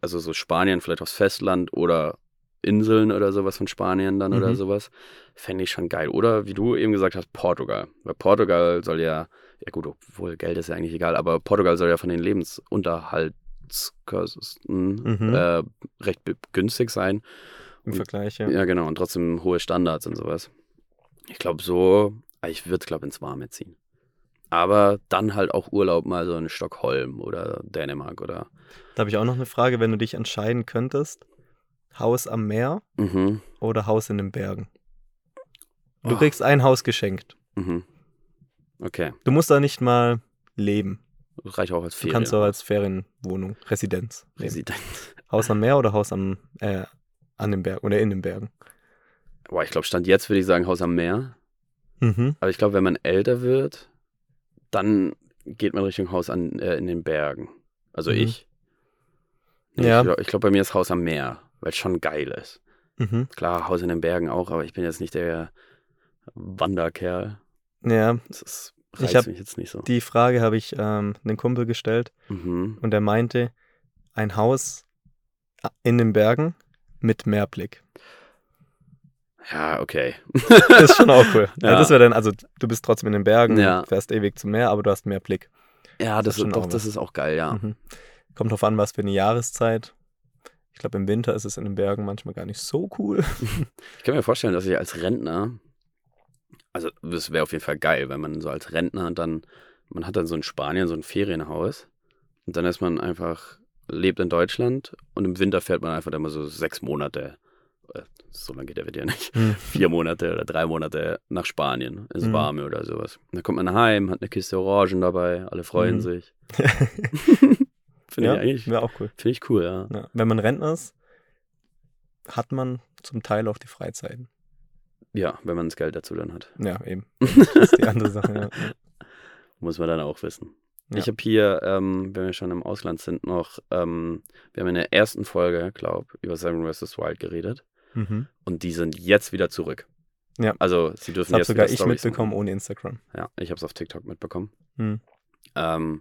Speaker 2: also so Spanien, vielleicht aufs Festland oder Inseln oder sowas von Spanien dann oder
Speaker 1: Mhm.
Speaker 2: sowas, fände ich schon geil. Oder wie du eben gesagt hast, Portugal. Weil Portugal soll ja, ja gut, obwohl Geld ist ja eigentlich egal, aber Portugal soll ja von den Lebensunterhaltskosten
Speaker 1: Mhm.
Speaker 2: äh, recht be- günstig sein.
Speaker 1: Im
Speaker 2: Und-
Speaker 1: Vergleich, ja.
Speaker 2: Ja. genau. Und trotzdem hohe Standards und sowas. Ich glaube, so, ah, ich würde es, glaube ins Warme ziehen. Aber dann halt auch Urlaub mal so in Stockholm oder Dänemark oder
Speaker 1: Da habe ich auch noch eine Frage, wenn du dich entscheiden könntest: Haus am Meer
Speaker 2: Mhm.
Speaker 1: oder Haus in den Bergen? Du
Speaker 2: Oh.
Speaker 1: kriegst ein Haus geschenkt.
Speaker 2: Mhm. Okay,
Speaker 1: Du musst da nicht mal leben.
Speaker 2: das reicht auch als
Speaker 1: Du
Speaker 2: Ferien.
Speaker 1: kannst auch als Ferienwohnung, Residenz. Nehmen.
Speaker 2: Resident.
Speaker 1: Haus am Meer oder Haus am, äh, an den Bergen oder in den Bergen?
Speaker 2: [laughs] Boah, ich glaube, Stand jetzt würde ich sagen Haus am Meer.
Speaker 1: Mhm.
Speaker 2: Aber ich glaube, wenn man älter wird, dann geht man Richtung Haus an, äh, in den Bergen. Also
Speaker 1: Mhm.
Speaker 2: ich. Nee,
Speaker 1: Ja.
Speaker 2: Ich glaube, glaub, bei mir ist Haus am Meer, weil es schon geil ist.
Speaker 1: Mhm.
Speaker 2: Klar, Haus in den Bergen auch, aber ich bin jetzt nicht der Wanderkerl.
Speaker 1: Ja,
Speaker 2: Das ist,
Speaker 1: Ich
Speaker 2: reizt
Speaker 1: hab
Speaker 2: mich jetzt nicht so.
Speaker 1: Die Frage habe ich ähm, einem Kumpel gestellt
Speaker 2: Mhm.
Speaker 1: und er meinte, ein Haus in den Bergen mit Meerblick.
Speaker 2: Ja, okay.
Speaker 1: Das ist schon auch
Speaker 2: [laughs]
Speaker 1: cool. ja.
Speaker 2: Ja.
Speaker 1: das wäre dann, also du bist trotzdem in den Bergen,
Speaker 2: Ja.
Speaker 1: fährst ewig zum Meer, aber du hast mehr Blick.
Speaker 2: Ja, das,
Speaker 1: hat schon
Speaker 2: doch,
Speaker 1: auch
Speaker 2: das ist auch geil, ja.
Speaker 1: Mhm. Kommt drauf an, was für eine Jahreszeit. Ich glaube, im Winter ist es in den Bergen manchmal gar nicht so
Speaker 2: [laughs]
Speaker 1: cool.
Speaker 2: Ich kann mir vorstellen, dass ich als Rentner, also das wäre auf jeden Fall geil, wenn man so als Rentner dann, man hat dann so in Spanien so ein Ferienhaus und dann ist man einfach, lebt in Deutschland und im Winter fährt man einfach dann mal so sechs Monate, äh, so lange geht der Winter ja nicht,
Speaker 1: Hm.
Speaker 2: [laughs] vier Monate oder drei Monate nach Spanien, ins
Speaker 1: Mhm.
Speaker 2: Warme oder sowas. Und dann kommt man heim, hat eine Kiste Orangen dabei, alle freuen
Speaker 1: Mhm. [laughs]
Speaker 2: sich. Finde
Speaker 1: ja,
Speaker 2: ich eigentlich,
Speaker 1: wäre auch cool.
Speaker 2: finde ich cool, ja.
Speaker 1: Ja. Wenn man Rentner ist, hat man zum Teil auch die Freizeiten.
Speaker 2: Ja, wenn man das Geld dazu dann hat.
Speaker 1: Ja, eben. Das ist die andere Sache.
Speaker 2: [laughs]
Speaker 1: Ja.
Speaker 2: Muss man dann auch wissen.
Speaker 1: Ja.
Speaker 2: Ich habe hier, ähm, wenn wir schon im Ausland sind, noch, ähm, wir haben in der ersten Folge, glaube ich, über Seven vs. Wild geredet.
Speaker 1: Mhm.
Speaker 2: Und die sind jetzt wieder zurück.
Speaker 1: Ja.
Speaker 2: Also, sie
Speaker 1: Das
Speaker 2: dürfen
Speaker 1: habe
Speaker 2: jetzt
Speaker 1: sogar
Speaker 2: wieder
Speaker 1: ich
Speaker 2: Storys
Speaker 1: mitbekommen ohne Instagram.
Speaker 2: Machen. Ja, ich habe es auf TikTok mitbekommen.
Speaker 1: Mhm.
Speaker 2: Ähm,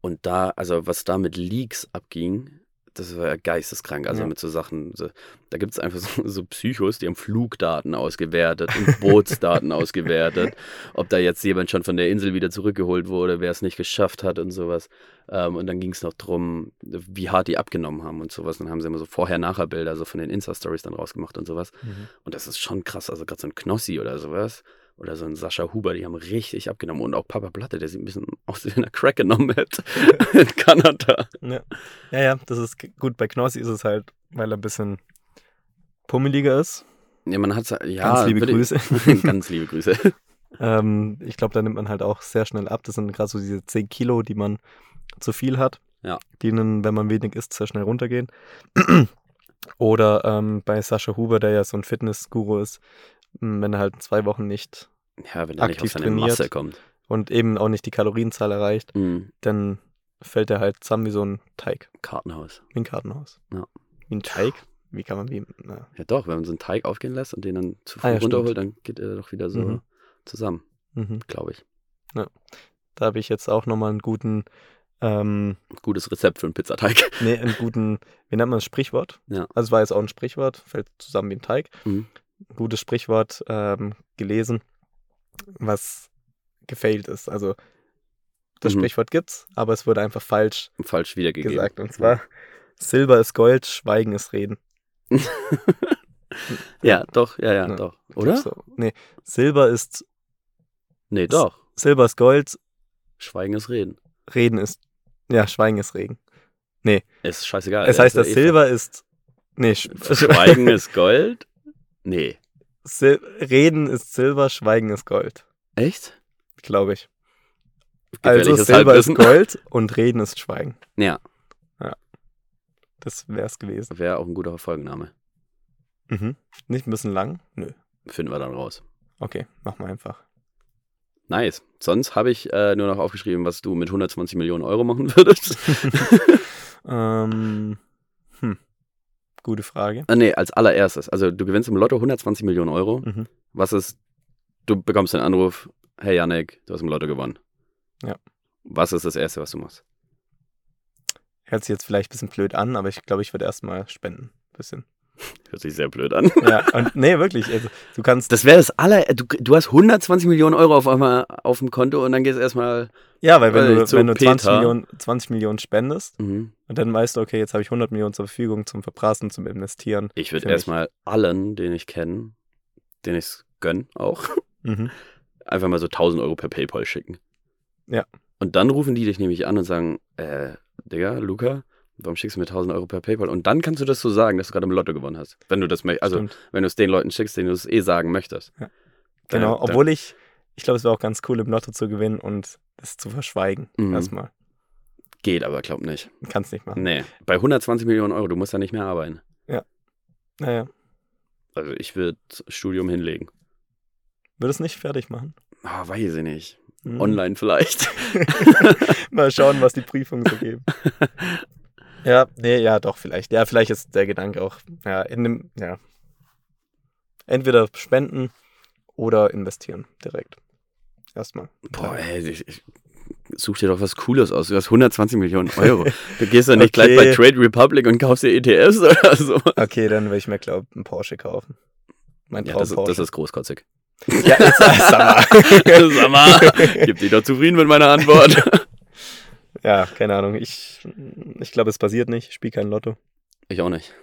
Speaker 2: und da, also was da mit Leaks abging, das war ja geisteskrank. Also
Speaker 1: Ja.
Speaker 2: mit so Sachen, so, da gibt es einfach so, so Psychos, die haben Flugdaten ausgewertet und Bootsdaten ausgewertet. Ob da jetzt jemand schon von der Insel wieder zurückgeholt wurde, wer es nicht geschafft hat und sowas. Ähm, und dann ging es noch drum, wie hart die abgenommen haben und sowas. Dann haben sie immer so Vorher-Nachher-Bilder so von den Insta-Stories dann rausgemacht und sowas.
Speaker 1: Mhm.
Speaker 2: Und das ist schon krass. Also gerade so ein Knossi oder sowas. Oder so ein Sascha Huber, die haben richtig abgenommen. Und auch Papa Platte, der sieht ein bisschen [laughs] aus, wie wenn er Crack genommen
Speaker 1: [laughs]
Speaker 2: hätte in Kanada.
Speaker 1: Ja. ja, ja, das ist g- gut. Bei Knossi ist es halt, weil er ein bisschen pummeliger ist.
Speaker 2: Ja, man hat ja,
Speaker 1: Ganz liebe
Speaker 2: würde-
Speaker 1: Grüße. [laughs]
Speaker 2: ganz liebe Grüße.
Speaker 1: Ähm, ich glaube, da nimmt man halt auch sehr schnell ab. Das sind gerade so diese 10 Kilo, die man zu viel hat,
Speaker 2: Ja.
Speaker 1: die dann, wenn man wenig isst, sehr schnell runtergehen. [clears throat] Oder ähm, bei Sascha Huber, der ja so ein Fitness-Guru ist, m, wenn er halt zwei Wochen nicht
Speaker 2: Ja, wenn er nicht auf
Speaker 1: Aktiv
Speaker 2: seine
Speaker 1: trainiert.
Speaker 2: Masse kommt.
Speaker 1: und eben auch nicht die Kalorienzahl erreicht,
Speaker 2: Mhm.
Speaker 1: dann fällt er halt zusammen wie so ein Teig,
Speaker 2: Kartenhaus.
Speaker 1: wie ein Kartenhaus.
Speaker 2: Ja.
Speaker 1: Wie ein Teig? Wie kann man wie. Na,
Speaker 2: Ja, doch, wenn man so einen Teig aufgehen lässt und den dann zu früh
Speaker 1: Ah, ja,
Speaker 2: runterholt, dann geht er doch wieder so
Speaker 1: Mhm.
Speaker 2: zusammen,
Speaker 1: mhm.
Speaker 2: glaube ich.
Speaker 1: Da habe ich jetzt auch nochmal einen guten, ähm,
Speaker 2: Gutes Rezept für einen Pizzateig. [laughs]
Speaker 1: nee, einen guten, wie nennt man das Sprichwort?
Speaker 2: Ja.
Speaker 1: Also es war jetzt auch ein Sprichwort, fällt zusammen wie ein Teig.
Speaker 2: Mhm.
Speaker 1: Ein gutes Sprichwort ähm, gelesen, was gefailt ist. Also das
Speaker 2: Mhm.
Speaker 1: Sprichwort gibt's, aber es wurde einfach falsch
Speaker 2: Falsch wiedergegeben.
Speaker 1: gesagt. Und zwar Silber ist Gold, Schweigen ist Reden.
Speaker 2: Ja, doch, ja, ja,
Speaker 1: Ja.
Speaker 2: doch.
Speaker 1: Ich glaub
Speaker 2: Oder?
Speaker 1: So. Nee, Silber ist
Speaker 2: Nee, doch.
Speaker 1: Silber ist Gold,
Speaker 2: Schweigen ist Reden.
Speaker 1: Reden ist ja, Schweigen ist Reden.
Speaker 2: Ist scheißegal.
Speaker 1: Es
Speaker 2: er
Speaker 1: heißt,
Speaker 2: ist ja
Speaker 1: das
Speaker 2: eh
Speaker 1: Silber ist nee,
Speaker 2: ver-
Speaker 1: Sch- [laughs]
Speaker 2: Schweigen ist Gold? Nee.
Speaker 1: Sil Reden ist Silber, Schweigen ist Gold,
Speaker 2: Echt?
Speaker 1: glaube ich. Also
Speaker 2: Gefährliches
Speaker 1: Silber ist
Speaker 2: Halbwissen.
Speaker 1: Gold und Reden ist Schweigen.
Speaker 2: Ja.
Speaker 1: ja. Das wäre es gewesen.
Speaker 2: Wäre auch ein guter Folgenname.
Speaker 1: Mhm. Nicht ein bisschen lang? Nö.
Speaker 2: Finden wir dann raus.
Speaker 1: Okay, mach mal einfach.
Speaker 2: Nice. Sonst habe ich äh, nur noch aufgeschrieben, was du mit 120 Millionen Euro machen [laughs] würdest.
Speaker 1: Ähm, hm. Gute Frage.
Speaker 2: ah, nee, als allererstes. Also du gewinnst im Lotto 120 Millionen Euro.
Speaker 1: Mhm.
Speaker 2: Was ist, du bekommst den Anruf, hey Janik, du hast im Lotto gewonnen.
Speaker 1: Ja.
Speaker 2: Was ist das Erste, was du machst?
Speaker 1: Hört sich jetzt vielleicht ein bisschen blöd an, aber ich glaube, ich würde erstmal spenden. Bisschen.
Speaker 2: Hört sich sehr blöd an.
Speaker 1: Ja, und nee, wirklich. Also, du kannst.
Speaker 2: Das wäre das aller. Du, du hast 120 Millionen Euro auf einmal auf dem Konto und dann gehst erstmal.
Speaker 1: Ja, weil wenn
Speaker 2: Weil
Speaker 1: du,
Speaker 2: zu
Speaker 1: wenn du 20,
Speaker 2: Peter-
Speaker 1: Millionen, 20 Millionen spendest
Speaker 2: Mhm.
Speaker 1: und dann weißt du, okay, jetzt habe ich 100 Millionen zur Verfügung zum Verprassen, zum Investieren.
Speaker 2: Ich
Speaker 1: Für
Speaker 2: würde
Speaker 1: mich.
Speaker 2: erstmal allen, den ich kenne, den ich gönn auch, [laughs]
Speaker 1: Mhm.
Speaker 2: einfach mal so 1000 Euro per PayPal schicken.
Speaker 1: Ja.
Speaker 2: Und dann rufen die dich nämlich an und sagen: äh, Digga, Luca, warum schickst du mir 1000 Euro per PayPal? Und dann kannst du das so sagen, dass du gerade im Lotto gewonnen hast. Wenn du das möchtest. Also,
Speaker 1: Stimmt.
Speaker 2: wenn du es den Leuten schickst, denen du es eh sagen möchtest.
Speaker 1: Ja.
Speaker 2: Dann-
Speaker 1: Genau,
Speaker 2: dann-
Speaker 1: obwohl ich, ich glaube, es wäre auch ganz cool, im Lotto zu gewinnen und das zu verschweigen.
Speaker 2: Mhm.
Speaker 1: Erstmal.
Speaker 2: Geht aber, glaub nicht.
Speaker 1: Kannst nicht machen.
Speaker 2: Nee, bei 120 Millionen Euro, du musst ja nicht mehr arbeiten. Mhm.
Speaker 1: Naja,
Speaker 2: Also, ich würde Studium hinlegen.
Speaker 1: würde es nicht fertig machen.
Speaker 2: Ah, weiß ich nicht.
Speaker 1: Mhm.
Speaker 2: Online vielleicht.
Speaker 1: [laughs] Mal schauen, was die Prüfungen so
Speaker 2: [laughs]
Speaker 1: geben. ja, nee, ja, doch, vielleicht. Ja, vielleicht ist der Gedanke auch, ja, in dem, ja. Entweder spenden oder investieren direkt.
Speaker 2: [laughs]
Speaker 1: Erstmal.
Speaker 2: Boah, ey, ich, ich, such dir doch was Cooles aus. Du hast 120 Millionen
Speaker 1: [laughs]
Speaker 2: Euro. Du gehst doch nicht
Speaker 1: Okay.
Speaker 2: gleich bei Trade Republic und kaufst dir ETFs oder so.
Speaker 1: Okay, dann will ich mir, glaube ich, einen Porsche kaufen. Mein
Speaker 2: Ja, das, ist-
Speaker 1: Traum-Porsche.
Speaker 2: das ist großkotzig.
Speaker 1: ja, jetzt, [laughs] sag mal.
Speaker 2: [laughs] Sag mal,
Speaker 1: [laughs]
Speaker 2: gib dich doch zufrieden mit meiner Antwort. [laughs]
Speaker 1: ja, keine Ahnung. Ich, ich glaube, es passiert nicht. Ich spiele kein Lotto.
Speaker 2: Ich auch nicht.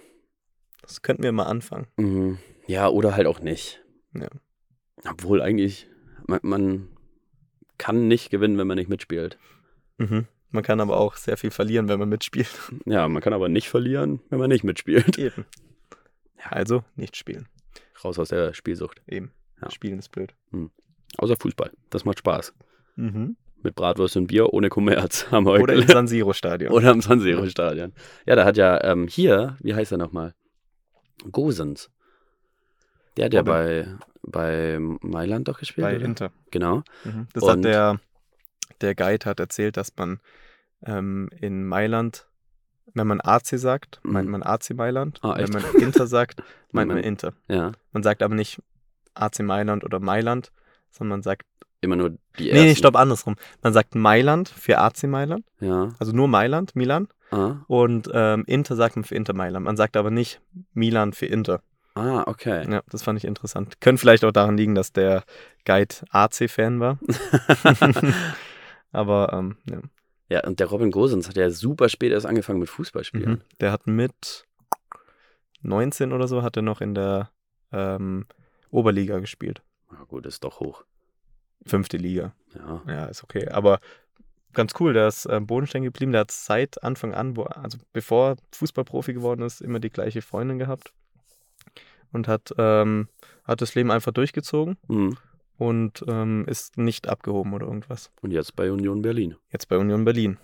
Speaker 1: Das könnten wir mal anfangen.
Speaker 2: Mhm. Ja, oder halt auch nicht.
Speaker 1: Ja.
Speaker 2: Obwohl eigentlich, man, man kann nicht gewinnen, wenn man nicht mitspielt.
Speaker 1: Mhm. Man kann aber auch sehr viel verlieren, wenn man mitspielt.
Speaker 2: Ja, man kann aber nicht verlieren, wenn man nicht mitspielt. [laughs]
Speaker 1: Eben. Also nicht spielen.
Speaker 2: Raus aus der Spielsucht.
Speaker 1: Eben.
Speaker 2: Ja.
Speaker 1: Spielen ist blöd.
Speaker 2: Außer Fußball. Das macht Spaß.
Speaker 1: Mhm.
Speaker 2: Mit Bratwurst und Bier ohne Kommerz haben wir heute
Speaker 1: Oder im San Siro Stadion.
Speaker 2: Oder am San Siro Stadion. Ja, da hat ja ähm, hier, wie heißt er nochmal? Gosens. Der hat ja
Speaker 1: Robin.
Speaker 2: bei, bei Mailand doch gespielt.
Speaker 1: bei
Speaker 2: oder?
Speaker 1: Inter.
Speaker 2: Genau.
Speaker 1: Mhm. Das
Speaker 2: Und-
Speaker 1: hat der, der Guide hat erzählt, dass man ähm, in Mailand, wenn man AC sagt, meint
Speaker 2: Mhm.
Speaker 1: man AC Mailand.
Speaker 2: Ah,
Speaker 1: wenn
Speaker 2: echt?
Speaker 1: man Inter sagt, meint man
Speaker 2: man-
Speaker 1: Inter.
Speaker 2: Ja.
Speaker 1: Man sagt aber nicht AC Mailand oder Mailand, sondern man sagt,
Speaker 2: Immer nur die
Speaker 1: nee, nee,
Speaker 2: ersten.
Speaker 1: stopp, andersrum. Man sagt Mailand für AC Mailand,
Speaker 2: Ja.
Speaker 1: also nur Mailand, Milan.
Speaker 2: Ah,
Speaker 1: Und ähm, Inter sagt man für Inter Mailand. Man sagt aber nicht Milan für Inter.
Speaker 2: ah okay.
Speaker 1: Ja, das fand ich interessant. Könnte vielleicht auch daran liegen, dass der Guide AC-Fan [laughs] war. aber ähm, ja.
Speaker 2: Ja, und der Robin Gosens hat ja super spät erst angefangen mit Fußballspielen.
Speaker 1: Mhm. Der hat mit 19 oder so hat er noch in der ähm, Oberliga gespielt.
Speaker 2: Na gut, ist doch hoch.
Speaker 1: Fünfte Liga.
Speaker 2: Ja.
Speaker 1: Ja, ist okay. Aber ganz cool, der ist ähm, bodenständig geblieben. Der hat seit Anfang an, wo, also bevor er Fußballprofi geworden ist, immer die gleiche Freundin gehabt. Und hat, ähm, hat das Leben einfach durchgezogen
Speaker 2: Mhm.
Speaker 1: und ähm, ist nicht abgehoben oder irgendwas.
Speaker 2: Und jetzt bei Union Berlin.
Speaker 1: Jetzt bei Union Berlin.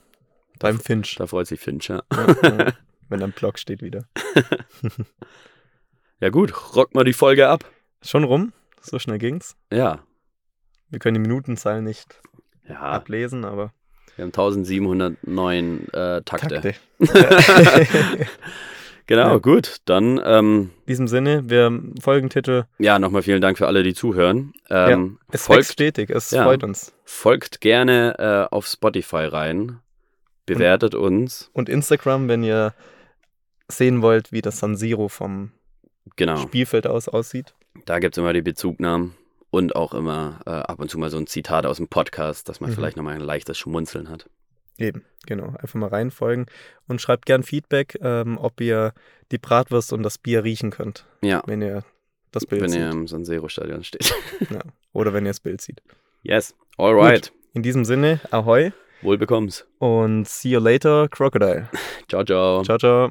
Speaker 1: Beim Finch.
Speaker 2: Da freut sich Finch, ja.
Speaker 1: Ja, ja. [laughs] Wenn er im Blog steht wieder.
Speaker 2: Ja gut, rock mal die Folge ab.
Speaker 1: Schon rum, so schnell ging's.
Speaker 2: Ja.
Speaker 1: Wir können die Minutenzahl nicht
Speaker 2: Ja,
Speaker 1: ablesen, aber
Speaker 2: wir haben 1709 äh, Takte.
Speaker 1: Takte.
Speaker 2: Genau,
Speaker 1: Ja.
Speaker 2: gut. Dann, ähm,
Speaker 1: [laughs] In diesem Sinne, wir Folgentitel,
Speaker 2: ja, nochmal vielen Dank für alle, die zuhören. Ähm,
Speaker 1: es wächst
Speaker 2: folgt,
Speaker 1: stetig, es
Speaker 2: Ja.
Speaker 1: freut uns.
Speaker 2: folgt gerne äh, auf Spotify rein. Bewertet uns.
Speaker 1: Und Instagram, wenn ihr sehen wollt, wie das San Siro vom
Speaker 2: Genau.
Speaker 1: Spielfeld aus aussieht.
Speaker 2: Da gibt es immer die Bezugnahmen und auch immer äh, ab und zu mal so ein Zitat aus dem Podcast, dass man
Speaker 1: Mhm.
Speaker 2: vielleicht nochmal ein leichtes Schmunzeln hat.
Speaker 1: Eben, genau. Einfach mal reinfolgen und schreibt gern Feedback, ähm, ob ihr die Bratwurst und das Bier riechen könnt,
Speaker 2: Ja,
Speaker 1: wenn ihr das Bild
Speaker 2: wenn
Speaker 1: seht.
Speaker 2: ihr im San Siro-Stadion steht. [laughs]
Speaker 1: Oder wenn ihr das Bild seht.
Speaker 2: Yes. Alright.
Speaker 1: In diesem Sinne, ahoi
Speaker 2: Wohl bekommens.
Speaker 1: und see you later, Crocodile.
Speaker 2: Ciao, ciao.
Speaker 1: Ciao, ciao.